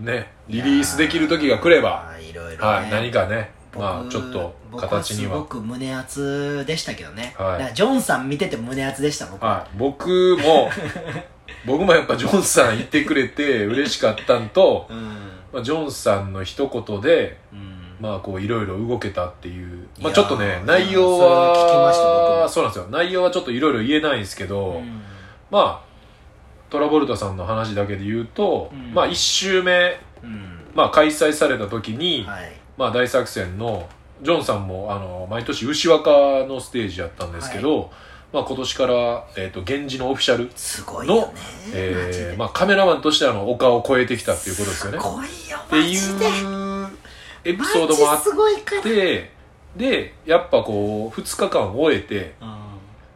うねリリースできる時が来れば
あーいろいろ、ね
はい、何かね
僕
まあちょっと形には
僕はすごく胸熱でしたけどね、
はい
だからジョンさん見てて胸熱でした僕
はい、僕も [laughs] 僕もやっぱジョンさんいてくれて嬉しかったんと、
うん
まあ、ジョンさんの一言で
うん
まあこういろいろ動けたっていう、ま
いや
あ、
ー
ちょっとね内容
それ聞きました僕
は
も
そうなんですよ内容はちょっといろいろ言えないんですけど、
うん
まあトラボルタさんの話だけで言うと、
うん
まあ1周目、
うん
まあ、開催された時に、
はい
まあ、大作戦のジョンさんもあの毎年牛若のステージやったんですけど、まあ、今年から、えー、と源氏のオフィシャル、
すごいよねマジ
え
で
ーまあ、カメラマンとしてはあの丘を越えてきたっていうことですよね。
す
っ
ごいよ
て
マジで
いうエピ
マ
ソードもあ
ジ
っ
すごいから
てでやっぱこう2日間終えて、
うん
ま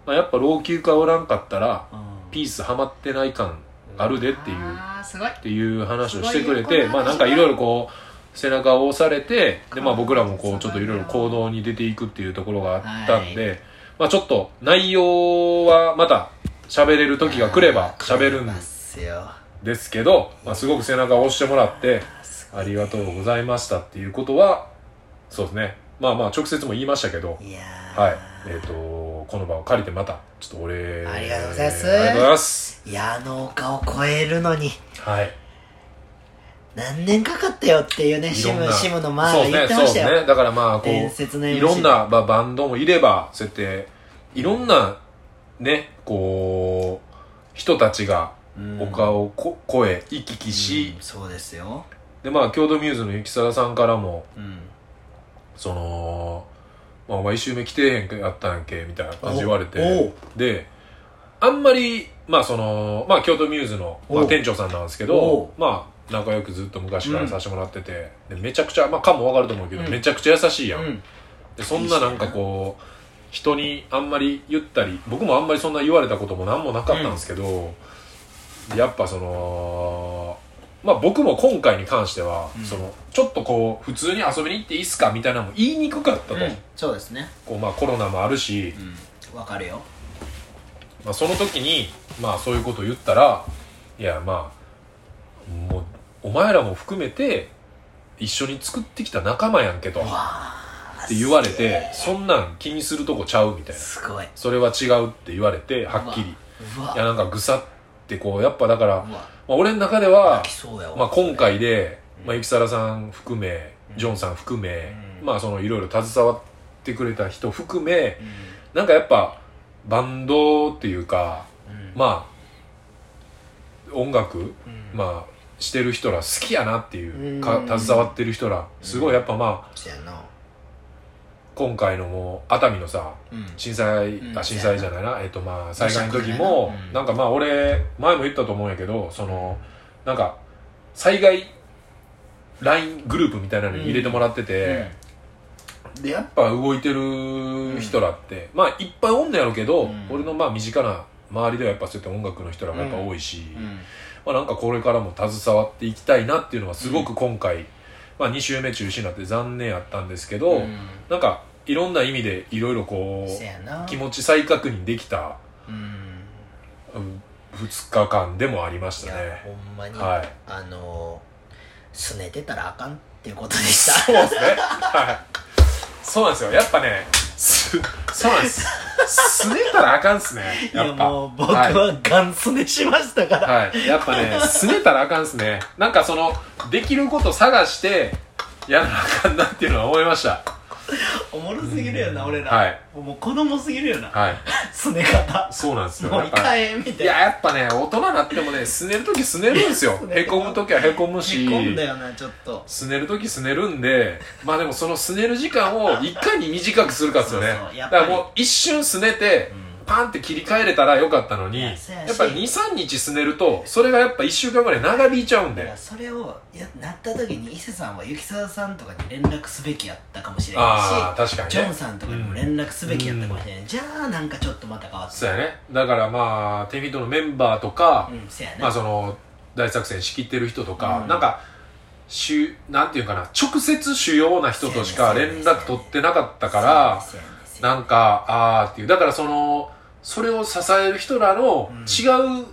あ、やっぱ老朽化おらんかったら
うん
ピースはまってない感あるでっていう
あーすごい
っていう話をしてくれ
すごい
て、
よ
まあなんかいろいろこう、背中を押されて、で、まあ
うん
僕らもこう、ちょっといろいろ行動に出ていくっていうところがあったんで、
は
まあちょっと内容はまた喋れる時が来れば喋るん
ですよ
ですけど、まあすごく背中を押してもらって、
すご
あ
い
りがとうございましたっていうことは、そうですね。まあまあ直接も言いましたけど、
いやー
はい。えっ、と、この場を借りてまた、ちょっとお礼。
ありがとうございます
ありがとうございます。
いやあの丘を越えるのに
はい。
何年かかったよっていうね
い
シ
ろん
ム
な
シムのまあ言って
そう
ま
で
し
すね
た
そ
よ
うですねだからまあこ
伝説の
う
MC
いろんな、まあ、バンドもいればそうやっていろんなねこう人たちが
うん
お顔をこ声行き来し
うん、そうですよ
でまあ郷土ミューズの雪貞さんからも
うん
その「まあ、お前一周目来てへんかったんやんけ」みたいな感じ言われ
お
てであんまりまあそのまあ京都ミューズの、まあ、
お
店長さんなんですけ
お
どまあ仲良くずっと昔からさせてもらってて、でめちゃくちゃまあかもわかると思うけど、
うん
めちゃくちゃ優しいやん、
うん
でそんななんかこう人にあんまり言ったり僕もあんまりそんな言われたことも何もなかったんですけど、やっぱそのまあ僕も今回に関しては、
うん
そのちょっとこう普通に遊びに行っていいっすかみたいなのも言いにくかったと、
うんそうですね
こうまあ、コロナもあるし、
わかるよ
まあ、その時に、まあ、そういうことを言ったらいやまあもうお前らも含めて一緒に作ってきた仲間やんけとっ
わー
て言われてそんなん気にするとこちゃうみたいな。
すごい
それは違うって言われてはっきり
うわ
いやなんかぐさってこうやっぱだから、
う
ま
わ
あ、俺の中では
泣き、そうやわ
まあ、今回で、
うん
まあ、ゆきさらさん含めジョンさん含め、
うん
まあそのいろいろ携わってくれた人含め
う
なんかやっぱバンドっていうか
んうん
まあ音楽、
うん
まあしてる人ら好きやなっていうか、
うん
携わってる人らすごいやっぱまあ
そうやな
今回のもう熱海のさ
うん
震災、
うん
あ震災じゃないな、えっとまあ、災害の時
土砂
も
崩れ、なうん
なんかまあ俺前も言ったと思うんやけどそのなんか災害 LINE グループみたいなのに入れてもらってて、でやっぱ動いてる人らって、まあいっぱいおんのやろうけど、
うん
俺のまあ身近な周りではやっぱそうやって音楽の人らがやっぱ多いし、
うん
まあ、なんかこれからも携わっていきたいなっていうのはすごく今回、まあ、2週目中止になって残念やったんですけど、
うん
なんかいろんな意味でいろいろこう
そうやな
気持ち再確認できた
うん
2日間でもありまし
い
た
や
ね
ほんまに
はい
あのー拗ねてたらあかんっていうことでした
そうですねはいそうなんですよやっぱねすそうなんですすねたらあかんっすね
い
や
や
っぱ
もう僕はガンすねしましたから、
はい、はい、やっぱねすねたらあかんっすねなんかそのできること探してやらなあかんなっていうのは思いました
おもろすぎるよな俺ら、
はい
もう子供すぎるよな
はい
すね方
そうなんですよ
もう
や
い
っぱ
かへんみ
い
たい
や
な
やっぱね大人になってもねすねる時すねるんですよ
すね
へ
る
こむ時はへこむし
へこんだよなちょっと
すねる時すねるんでまあでもそのすねる時間をいかに短くするかっすよね
そうそうや
だ
っ
か
ぱり
らもう一瞬すねて、
う
パンって切り替えれたらよかったのに
い
やっ
やそうやし
ぱ23日すねるとそれがやっぱ1週間ぐらい長引いちゃうん
だ
だ
か
よ
らそれをいやなった時に伊勢さんは雪沢さんとかに連絡すべきやったかもしれ
ああ
な
確か
いしジ
に
ョン
ね
さんとかにも連絡すべきやったかもしれない、じゃあなんかちょっとまた変わって
そうやねだからまあテンフィットのメンバーとか、
うんせやね、
まあその大作戦仕切ってる人とか、
うん
なんか主なんていうかな直接主要な人としか
そうやね
連絡取ってなかったから
そうなんですよ
なんかああーっていうだからそのそれを支える人らの
うん
違う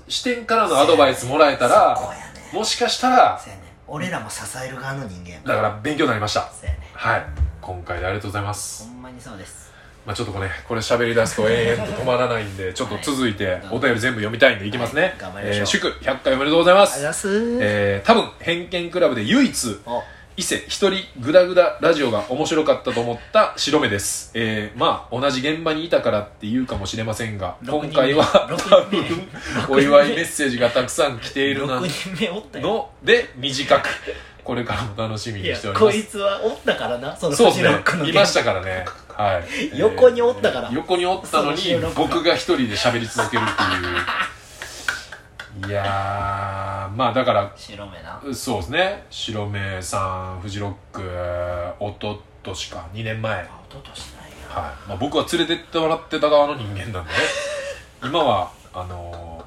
視点からのアドバイスもらえたら、
そうやね
もしかしたら
そうやね俺らも支える側の人間やもん
だから勉強になりました
そうやね
はい今回でありがとうございます
ほんまにそうです
まあちょっとこれ、これ喋り出すと延々と止まらないんで、ちょっと続いてお便り全部読みたいんでいきますね。
はい頑張りましょう
えー祝100回おめでとうございま
あり
す。
がとうございます
えー、多分、偏見クラブで唯一、
お
伊勢一人グダグダラジオが面白かったと思った白目です。えー、まあ同じ現場にいたからっていうかもしれませんが、今回は
六
多
人目六人
分、
目
お祝いメッセージがたくさん来ているな
6人目おったよ
ので、短く、これからも楽しみ
い
に
や
しており
こ
ま
い
す。
つはおったからなその
そうで
フジ
す
ロックの
ね。いましたからね。
[laughs]
はい。
横におったから
えー横におったのに
その収、録が
僕が一人で喋り続けるっていう。いやー、まあだから、
白目な
そうですね。白目さん、フジロック、おととしか、2年前。はい。
あ音としないよ
まあ僕は連れてってもらってた側の人間なんで、ね、今は、あの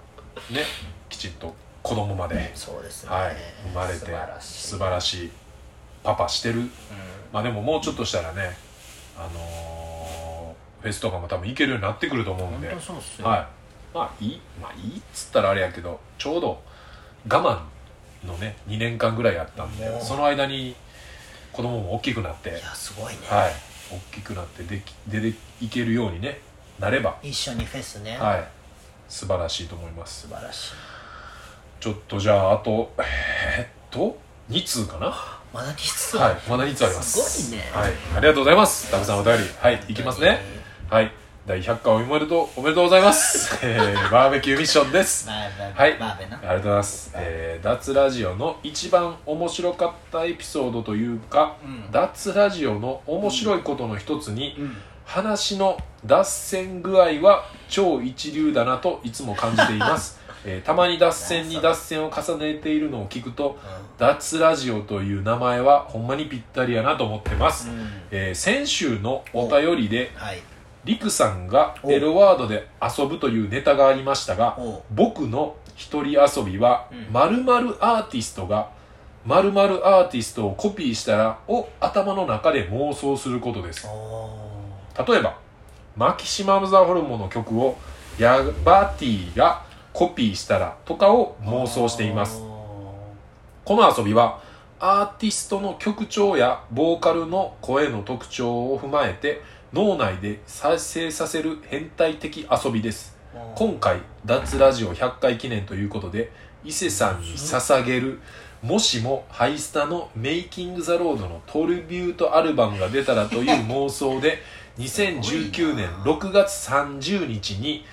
ーね、きちんと子供まで、
そうですね
はい、生まれて
素晴ら、しい
素晴らしい、パパしてる
う
まあでももうちょっとしたらね、あのーフェスとかも多分行けるようになってくると思うん
ん
で、
本
はい
当。そうっすよ
まあいい、まあいいっつったらあれやけど、ちょうど我慢のね、2年間ぐらいあったん
も
で、
う
その間に子供も大きくなって
い、やすごいね
はい、大きくなってでき出ていけるようにね、なれば、
一緒にフェスね
はい、素晴らしいと思います
素。晴らしい
ちょっとじゃあ、あと、えーっと、2通かな
まだきつそう
はい、まだ2つあります。
すごいね
はい、ありがとうございます。たくさんお便り、はい、いきますね。はい、第100回おめでとう、おめでとうございます。 [laughs] えー、バーベキューミッションです。あ
バーベ
はい
バーベな
りがとうございます。えー、脱ラジオの一番面白かったエピソードというか、
うん
脱ラジオの面白いことの一つに、
うん
話の脱線具合は超一流だなといつも感じて
[laughs]
います。えー、たまに脱線に脱線を重ねているのを聞くと、脱ラジオという名前はほんまにぴったりやなと思ってます、
うん
えー先週のお便りで
はい
リクさんが
お
エロワードで遊ぶというネタがありましたが
おう
僕の一人遊びは
うん
〇〇アーティストが〇〇アーティストをコピーしたらを頭の中で妄想することです
お
例えばマキシマム・ザ・ホルモンの曲をヤバティがコピーしたらとかを
ー
妄想しています
お
この遊びはアーティストの曲調やボーカルの声の特徴を踏まえて脳内で再生させる変態的遊びです
ー
今回脱ラジオ100回記念ということで伊勢さんに捧げるもしもハイスタのメイキング・ザ・ロードのトリビュートアルバムが出たらという妄想で2019年6月30日に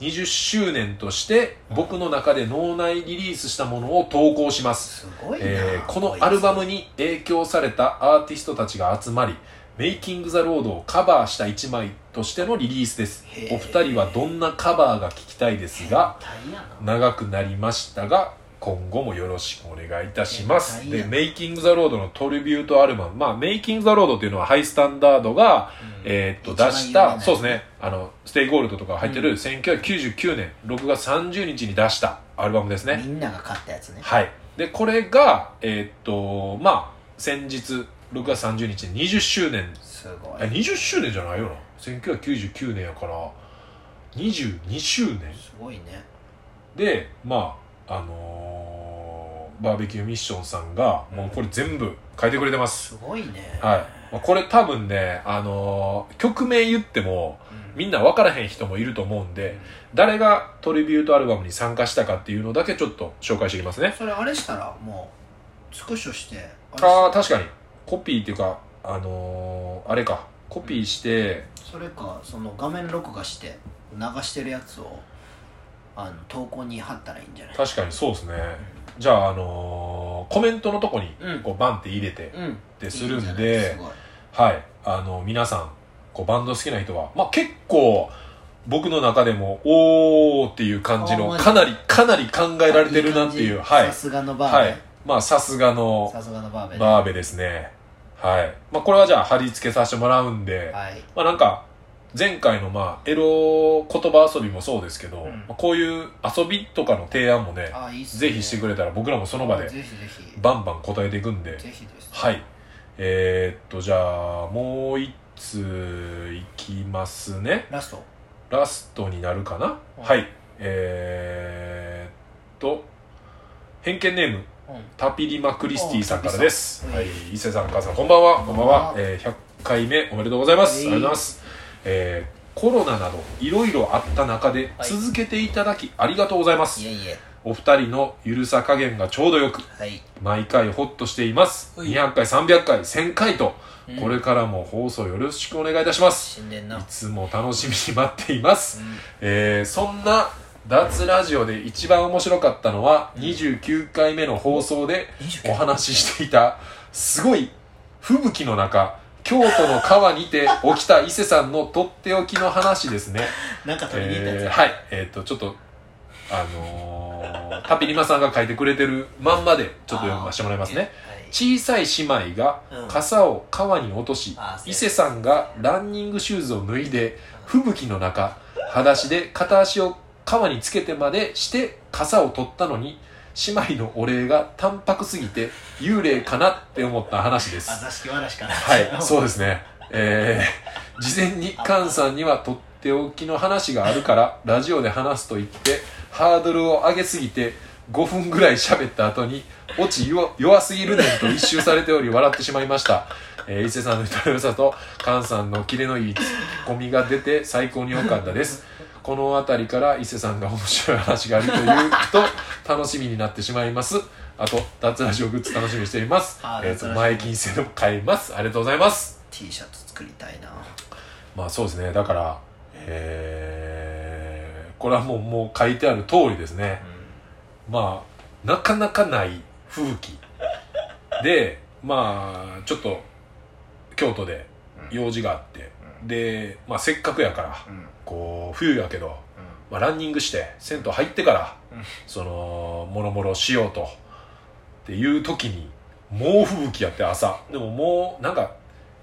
20周年として僕の中で脳内リリースしたものを投稿します
すごいな
えーこのアルバムに影響されたアーティストたちが集まり「メイキング・ザ・ロード」をカバーした1枚としてのリリースです
へー
お二人はどんなカバーが聞きたいですが
大変やな
長くなりましたが今後もよろしくお願いいたします
変態
で
や
「
な
メイキング・ザ・ロード」のトリビュートアルバムまあ「メイキング・ザ・ロード」っていうのはハイスタンダードが、えーっ
一
と
番
出し
有名な
た
やつ
そうですねあのステイゴールドとか入ってる1999年6月30日に出したアルバムですね
みんなが買ったやつね
はい。で、これが、えーっと、まあ、先日、6月30日に20周年。
すご
え、
い
20周年じゃないよな。1999年やから、22周年。
すごいね
で、まあ、あのーバーベキューミッションさんが、もうこれ全部書いてくれてます
す。ごいね
はい。まあこれ多分ね、あのー曲名言っても、
うん
みんな分からへん人もいると思うんで、誰がトリビュートアルバムに参加したかっていうのだけちょっと紹介していきますね。
それあれしたらもうスクショしてあれ
ああ確かにコピーっていうかあのー、あれかコピーして、
それかその画面録画して流してるやつをあの投稿に貼ったらいいんじゃない
確かにそうですねじゃああのー、コメントのとこに
うん
こうバンって入れてっ
うんうん
てする
いい
ん
じゃない
で、
すごい
はいあの皆さんこうバンド好きな人はまあ結構僕の中でも、おーっていう感じ
あ
の、
マジ
かなり、かなり考えられてるなっていう、
感じ
はい
さ。すがのバー
は
ベ
い。まあ、さすがの
さすがのバーベ
バーベですね。はい。まあ、これはじゃあ貼り付けさせてもらうんで、
はい
まあなんか、前回のまあ、エロ言葉遊びもそうですけど、
うん
まあこういう遊びとかの提案もね、
あいいっすね
ぜひしてくれたら僕らもその場で
ぜひぜひ
バンバン答えていくんで、
ぜひです
はい。えー、っと、じゃあ、もう一ついきますね。
ラスト
ラストになるかな、
うん
はい。えー、っと、偏見ネーム、
うん
タピリマ・クリスティさんからです。
お
は
タ
い
ピ、
伊勢さん、母さん、こんばんは。こ
こ
ん
ん
ば
ばん
んは
は。
えー100回目おめでとうございます。あり
えい
がとうございます。えーコロナなどいろいろあった中で
はい
続けていただきありがとうございます。
いえいえ
お二人のゆるさ加減がちょうどよく、
はい
毎回ホッとしています。
はい
200回、300回、1000回と、
うん
これからも放送よろしくお願いいたします。
死んでん
い
な
つも楽しみに待っています
う。ん
えーそんな脱ラジオで一番面白かったのは29回目の放送で
29
お話ししていたすごい吹雪の中京都の川にて起きた伊勢さんのとっておきの話ですね、
なんか取りに行った
えー
や
はいえっ、とちょっとあのータピリマさんが書いてくれてるまんまでちょっと読ませてもらいますね
つ
小さい姉妹が
はいうん
傘を川に落とし、
あー
伊勢さんがランニングシューズを脱いで吹雪の中裸足で片足を川につけてまでして傘を取ったのに姉妹のお礼が淡白すぎて幽霊かなって思った話で
あ
す
座敷わらしかな
はいそうですねえー、事前に菅さんにはとっておきの話があるからラジオで話すと言ってハードルを上げすぎて5分ぐらい喋った後にオチ弱弱すぎるねんと一周されており笑ってしまいました、えー伊勢さんの歌の良さと菅さんのキレのいいツッコミが出て最高に良かったですこの辺りから伊勢さんが面白い話があるというと楽しみになってしまいますあと脱ラジオグッズ楽しみにしています
あー
えーと
脱ラジオ
前金製の買いますありがとうございます
T シャツ作りたいな
まあそうですねだからえー、これはもうもう書いてある通りですねまあなかなかない風紀でまあちょっと京都で用事があって、で、まあ、せっかくやから
うんうん
こう冬やけど、まあ、ランニングして銭湯入ってから、
うん
そのもろもろしようとっていう時に猛吹雪やって朝でももうなんか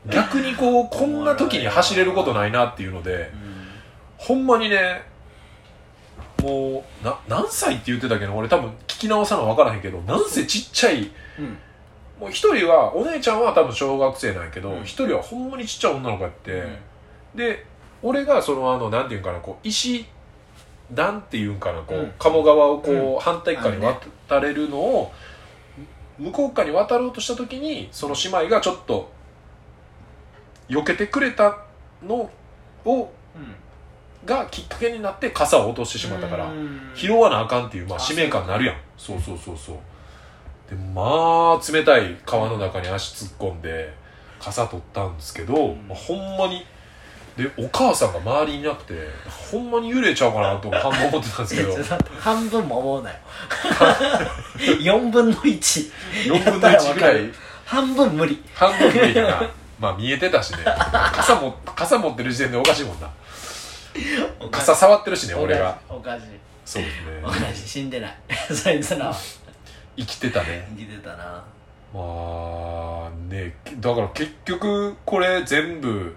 逆にこうこんな時に走れることないなっていうのでほんまにねもうな何歳って言ってたけど俺多分聞き直さな分からへんけどなんせちっちゃい
うん
もう一人はお姉ちゃんは多分小学生なんやけど
うん
一、人はほんまにちっちゃい女の子やって、
うん
で俺がそのあのなんていうんかなこう石段っていうんかなこう、
うん
鴨川をこう、
う
反対側に渡れるのを向こう側に渡ろうとした時にその姉妹がちょっと避けてくれたのを
うん
がきっかけになって傘を落としてしまったから
うん
拾わなあかんっていう、まあ、
あ
使命感になるやんそうそうそうそうでまあ冷たい川の中に足突っ込んで傘取ったんですけど、
ん
まあ、ほんまにでお母さんが周りにいなくてほんまに幽霊ちゃうかなと半分思ってたんで
[laughs]
すけど
半分も思うなよ
[laughs]
4分の1
4分の1ぐらい
半分無理
半分でいいなまあ見えてたしね傘も傘持ってる時点でおかしいもんな傘触ってるしね俺が
おかしい
そうです
おかしいお
ね
かしい死んでない
[laughs]
そいつらは
生きてたね
生きてたな
まあねだから結局これ全部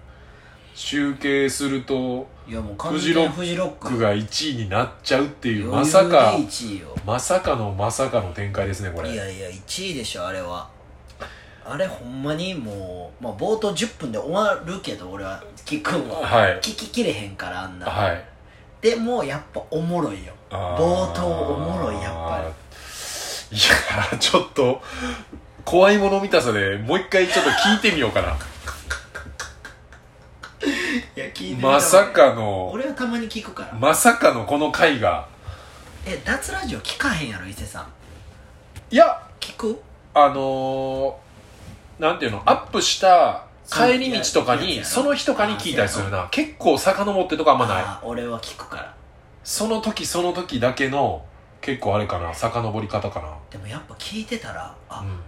集計すると
いやもう完全にフジロッ
僕
ク
が1位になっちゃうっていうま
余裕
さか
で1位よ
まさかのまさかの展開ですねこ
い
れ
やいや1位でしょあれはあれほんまにもう、まあ、冒頭10分で終わるけど俺は聞くんは、
はい
聞ききれへんからあんな、
はい
でもやっぱおもろいよ
あー
冒頭おもろいやっぱ
いやちょっと怖いもの見たさでもう一回ちょっと聞いてみよう
[laughs]
かな
りいや聞
まさかの
俺はたまに聞くから
まさかのこの回が
え脱ラジオ聞かへんやろ伊勢さん
いや
聞く
あのー、なんていうの、アップした帰り道とか
そうい
に、
や
その日とかに聞いたりするな。結構遡ってとかあんまない。
あー俺は聞くから
その時その時だけの、結構あれかな、遡り方か
でもやっぱ聞いてたらあ、
な。うん。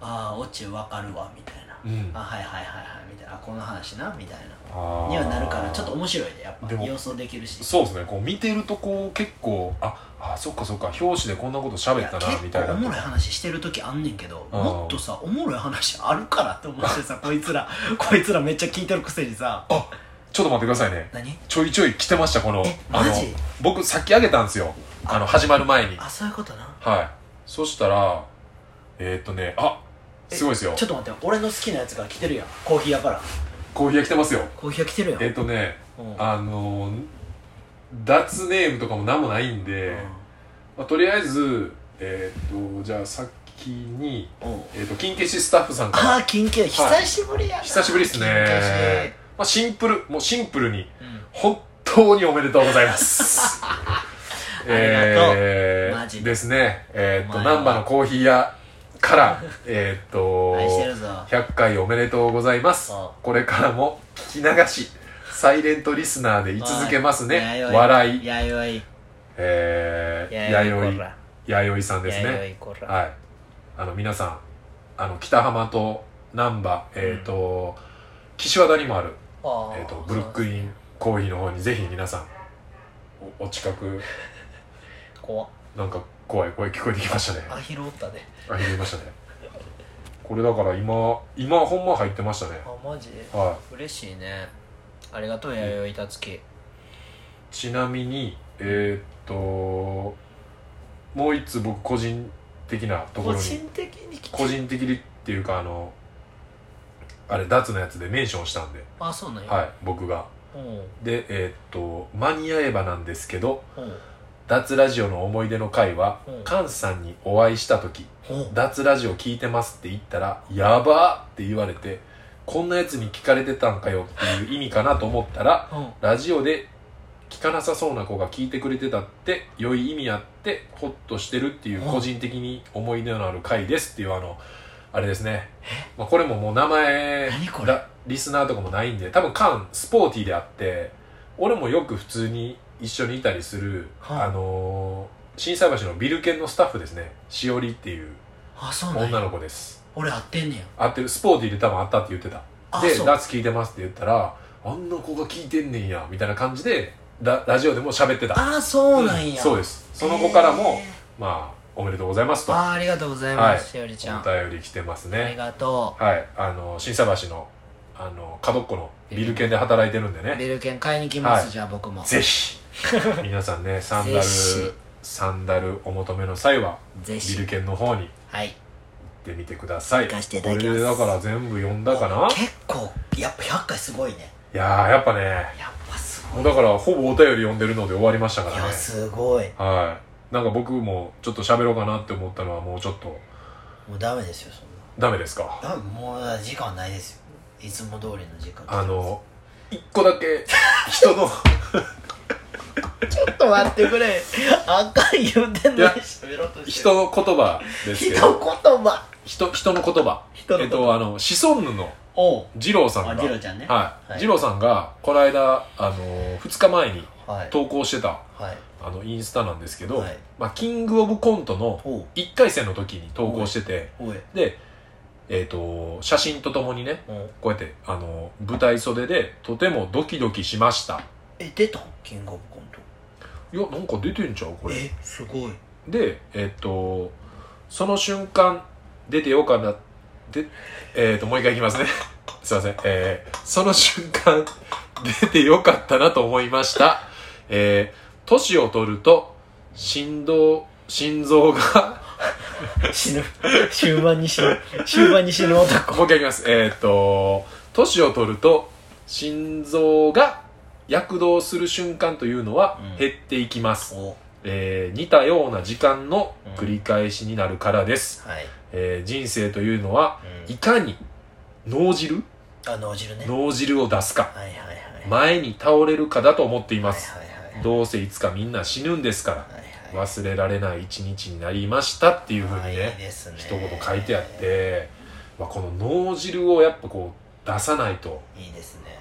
あーオチわかるわみたいな
うん
あはいはいはいはいみたいなあこの話なみたいな
あー
にはなるからちょっと面白いでやっぱ
でも
予想できるし
そうですねこう見てるとこう結構ああそっかそっか表紙でこんなこと
い
喋
や
ったなみたい
結構おもろい
な
話してる時あんねんけど
うん
もっとさおもろい話あるからって思って
[laughs]
さこいつらこいつらめっちゃ聞いてるくせにさ
あちょっと待ってくださいね
何
ちょいちょい来てましたこの
え
あの
マジ
僕さっきあげたんですよあの始まる前に
あそういうことな
はいそしたらえー、っとねあすごいですよ
ちょっと待って俺の好きなやつが来てるやんコーヒー屋から
コーヒーが来てますよ
コーヒー屋来てるやん
えー、っとね
うん
あのー脱ネームとかも何もないんで、まあ、とりあえずえー、っとじゃあ先に、
うんうん
えー、っと金消しスタッフさんから
ああ緊急久しぶりやな
久しぶりですね、まあ、シンプルもうシンプル
緊急
に
しうん
本当におめでとうございます
[laughs] ありがとうマジで
ですねえーっと
お前は
難波のコーヒー屋からえーっ
愛して
と
るぞ
100回おめでとうございます
あ
これからも聞き流しサイレントリスナーで居続けますね
弥生
笑い
弥
え
生
ー
弥
弥
生こ
生
ら
弥生さんですね
弥生こら
はい。あの、皆さん、あの、北浜と難波、えっ、と、岸和田にもある、
あー
えっ、と、ブルックインコーヒーの方にぜひ皆さん、おお近く、
怖っ
なんか怖い声聞こえてきましたね。
アヒルおったで
あ、拾いましたね。これだから今、今ほんま入ってましたね。
あマジ
は
嬉しいねありがとう弥生たつき
い。ちなみに、えっ、と、もう一つ僕個人的なとこ
個
ろに、
人的に来て
個人的にっていうか、あの、あれ、ダツのやつでメンションしたんで、
あそうなんや
はい、僕が。
うん
でえーっと間に合えばなんですけど
うん
脱ラジオの思い出の回は、
うん
カンさんにお会いした時
ほ
「脱ラジオ聞いてます」って言ったら「やば!」って言われてこんなやつに聞かれてたんかよっていう意味かなと思ったら
うん
ラジオで聞かなさそうな子が聞いてくれてたって良い意味あってホッとしてるっていう
うん
個人的に思い出のある回ですっていうあのあれですね、まあ、これももう名前
何これ
ラリスナーとかもないんで多分カンスポーティーであって俺もよく普通に一緒にいたりする、
はい
あのー、震災橋のビル犬のスタッフですねしおりっていう
あそうなん
女
や
の子です
俺会ってんねや
あってるスポーティーで多分あったって言ってた
あ
で
そ
「
う
ダーツ聞いてます」って言ったら「あんな子が聞いてんねんや」みたいな感じでララジオでも喋ってた
あそうなん
うん
や
そうですその子からも、
へー
まあおめでとうございますと
あーありがとうございます
は
しおりちゃん
お
あ
便り来てます
り
ね
がと
はいあの新沢橋のあの角っこのビル犬で働いてるんで
う
ね
ビル券買いに来ま
は
す
い
じゃあ僕も
ぜひ皆さ
[laughs]
んねサンダル
ぜひ
サンダルお求めの際は
ぜ
ビ
ひ
ル犬の方に行
はい
ってみてください
行かせていただき
こ
ます
れでだから全部読んだかな
結構やっぱ100回すごいね
いやーやっぱね
やっぱすご
もうだからほぼお便り読んでるので終わりましたか
いい
ら
や
ね
すごい
はいなんか僕もちょっと喋ろうかなって思ったのはもうちょっと
もうダメですよそんな
ダメですか
だもう時間ないですよいつも通りの時間
あの一個だけ人の
ちょっと待ってくれあかん言うてん
い
の
や
に喋ろうとして
人の言葉です
一言
けど
葉
人人の言葉
人の言葉
えっとあのシソンヌの
おう
二郎さん
あ
が
ジロちゃんね
はい、
はい
二郎さんがこの間あの2日前に
はい
投稿してた
はい
あのインスタなんですけど、
はい
まあ、キングオブコントの
おう
1回戦の時に投稿してて
おい
で、えっと写真とともにね
うん
こうやってあの舞台袖で「とてもドキドキしました
え出たんキングオブコント」
いやなんか出てんちゃうこれ
えすごい
でえっとその瞬間出てよかったでえっともう一回いきますね [laughs] すいませんえーその瞬間出てよかったなと思いましたえー年を取ると心臓心臓が [laughs]
死ぬ終盤に死ぬ終盤に死ぬ男
もう一回いきますえっと年を取ると心臓が躍動する瞬間というのは
うん
減っていきます、
お
えー似たような時間の繰り返しになるからです、
はい
えー人生というのは
う
いかに脳汁
んあ脳汁ねはい
脳汁を出すか
はいはいはい
前に倒れるかだと思っています
はいはいはい
どうせいつかみんな死ぬんですか
はいはい
ら忘れられない一日になりましたっていうふうに
あいい
ね
ですね
一言書いてあって、まあ、この脳汁をやっぱこう出さないと
いいですね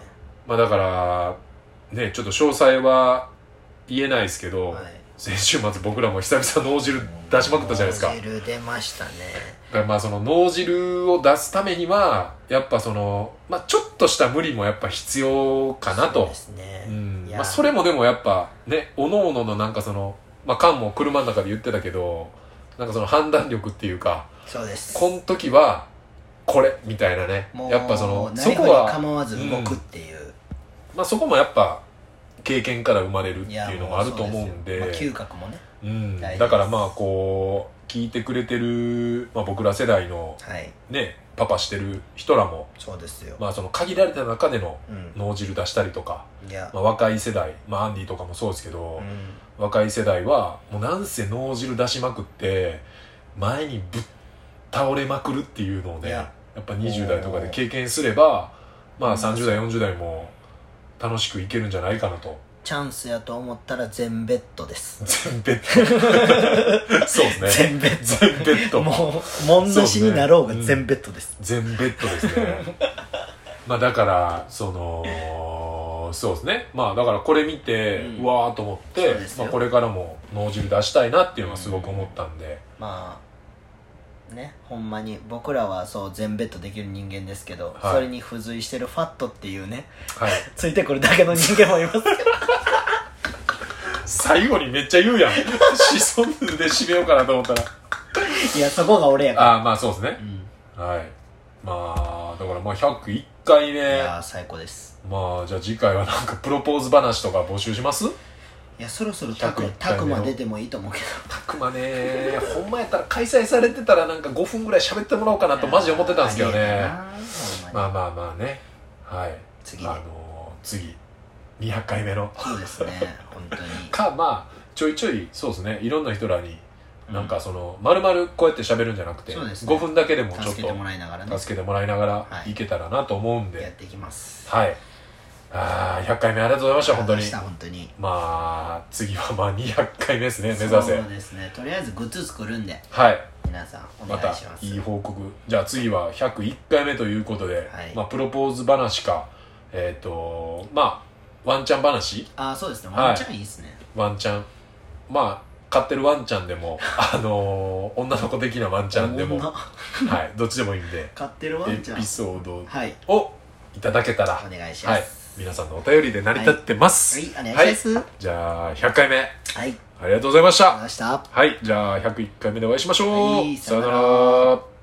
まあだからねちょっと詳細は言えないですけど、
はい
先週末僕らも久々脳汁出しまくったじゃないですか
脳汁出ましたね
だからまあその脳汁を出すためにはやっぱその、まあ、ちょっとした無理もやっぱ必要かな
そう
と
ですね、
うん
いや
まあ、それもでもやっぱねおのおののなんかその、まあ、カンも車の中で言ってたけどなんかその判断力っていうか
そうです
この時はこれみたいなね
もう
やっぱそのそ
何
こ
かに
は、
構わず動くっていう、
まあ、そこもやっぱ経験から生まれるって
い
い
や
うのがあると思うんで
もそうすよまあ、嗅覚もね
うん、
大事です
だからまあこう聞いてくれてる、まあ、僕ら世代の
はい
ねパパしてる人らも、
そうですよ、
まあ、その限られた中での
うん
脳汁出したりとか、
いや、
まあ、若い世代、まあ、アンディとかもそうですけど、
う
若い世代はもうなんせ脳汁出しまくって前にぶっ倒れまくるっていうのをね
い
や
や
っぱ20代とかで経験すればまあ30代40代も楽しくいけるんじゃないかなと
んチャンスやと思ったら全ベッドです
全ベッ
[laughs]
ドそうですね
全ベッ
全ベッ
ド
ド
もうもんなしになろうが
そうね
全ベッドです、
全ベッドです [laughs] ねまあだからそのそうですねまあだからこれ見て、う
うん
わーと思って
そうですよ
まあ、これからも脳汁出したいなっていうのはすごく思ったんで、
まあねほんまに僕らはそう全ベッドできる人間ですけど、
はい
それに付随してるファットっていうね
はい
ついてくるだけの人間もいます
[laughs] 最後にめっちゃ言 [laughs] うやん。シソンヌで締めようかなと思ったら。
いやそこが俺やから
ああ、まあそうですね
う。ん
はい。まあ、だからまあ101回
い
目。
や最高です
まあ、じゃあ次回はなんかプロポーズ話とか募集します
いやそろそろタク
101
タク
回目
マ
の
出てもいいと思うけど
たくまね、ほんまやったら開催されてたらなんか5分ぐらい喋ってもらおうかなとマジで思ってたんですけど
ありえ
ね
た。なほんま
まあまあまあね。はい。
次
あのー、次。200回目の。
にそうですね本当に
か、まあ、ちょいちょい、そうですね。いろんな人らに、なんかその、まるまるこうやって喋るんじゃなくて、
そうですね
5分だけでもちょっ
助けて
と
もらいながらね
助けてもらいながら
はい
いけたらなと思うん
やっ
で、
ていきます
はい。ああ、100回目ありがとうございました、本当に
話し。た本当に
まあ、次はまあ200回目ですね、目指せ
そ。うですねとりあえずグッズ作るんで
はい。
皆さんお
ま
願
た
いします、
いい報告。じゃあ次は101回目ということで、
はい
まあ、プロポーズ話か、えっ、と、まあ、ワンチャン話
ああそうですね
はい
ワンちゃんいいですね、
ワンチャン。まあ、飼ってるワンちゃん
[laughs]
でも、あのー女の子的なワンちゃんでも、
女
はい、どっちでもいいんで、
買ってるワ
エ
ンちゃん
ピソード
はい
をいただけたら、
お願いしま
はい
す、。
皆さんのお便りで成り立ってます。
はい、お願いします。はい、
はいじゃあ、100回目、
ありがとう
ありがとうございま
ご
し
ざい
た。
ました。
はい、じゃあ、101回目でお会いしましょう。
はいさよなら
さよなら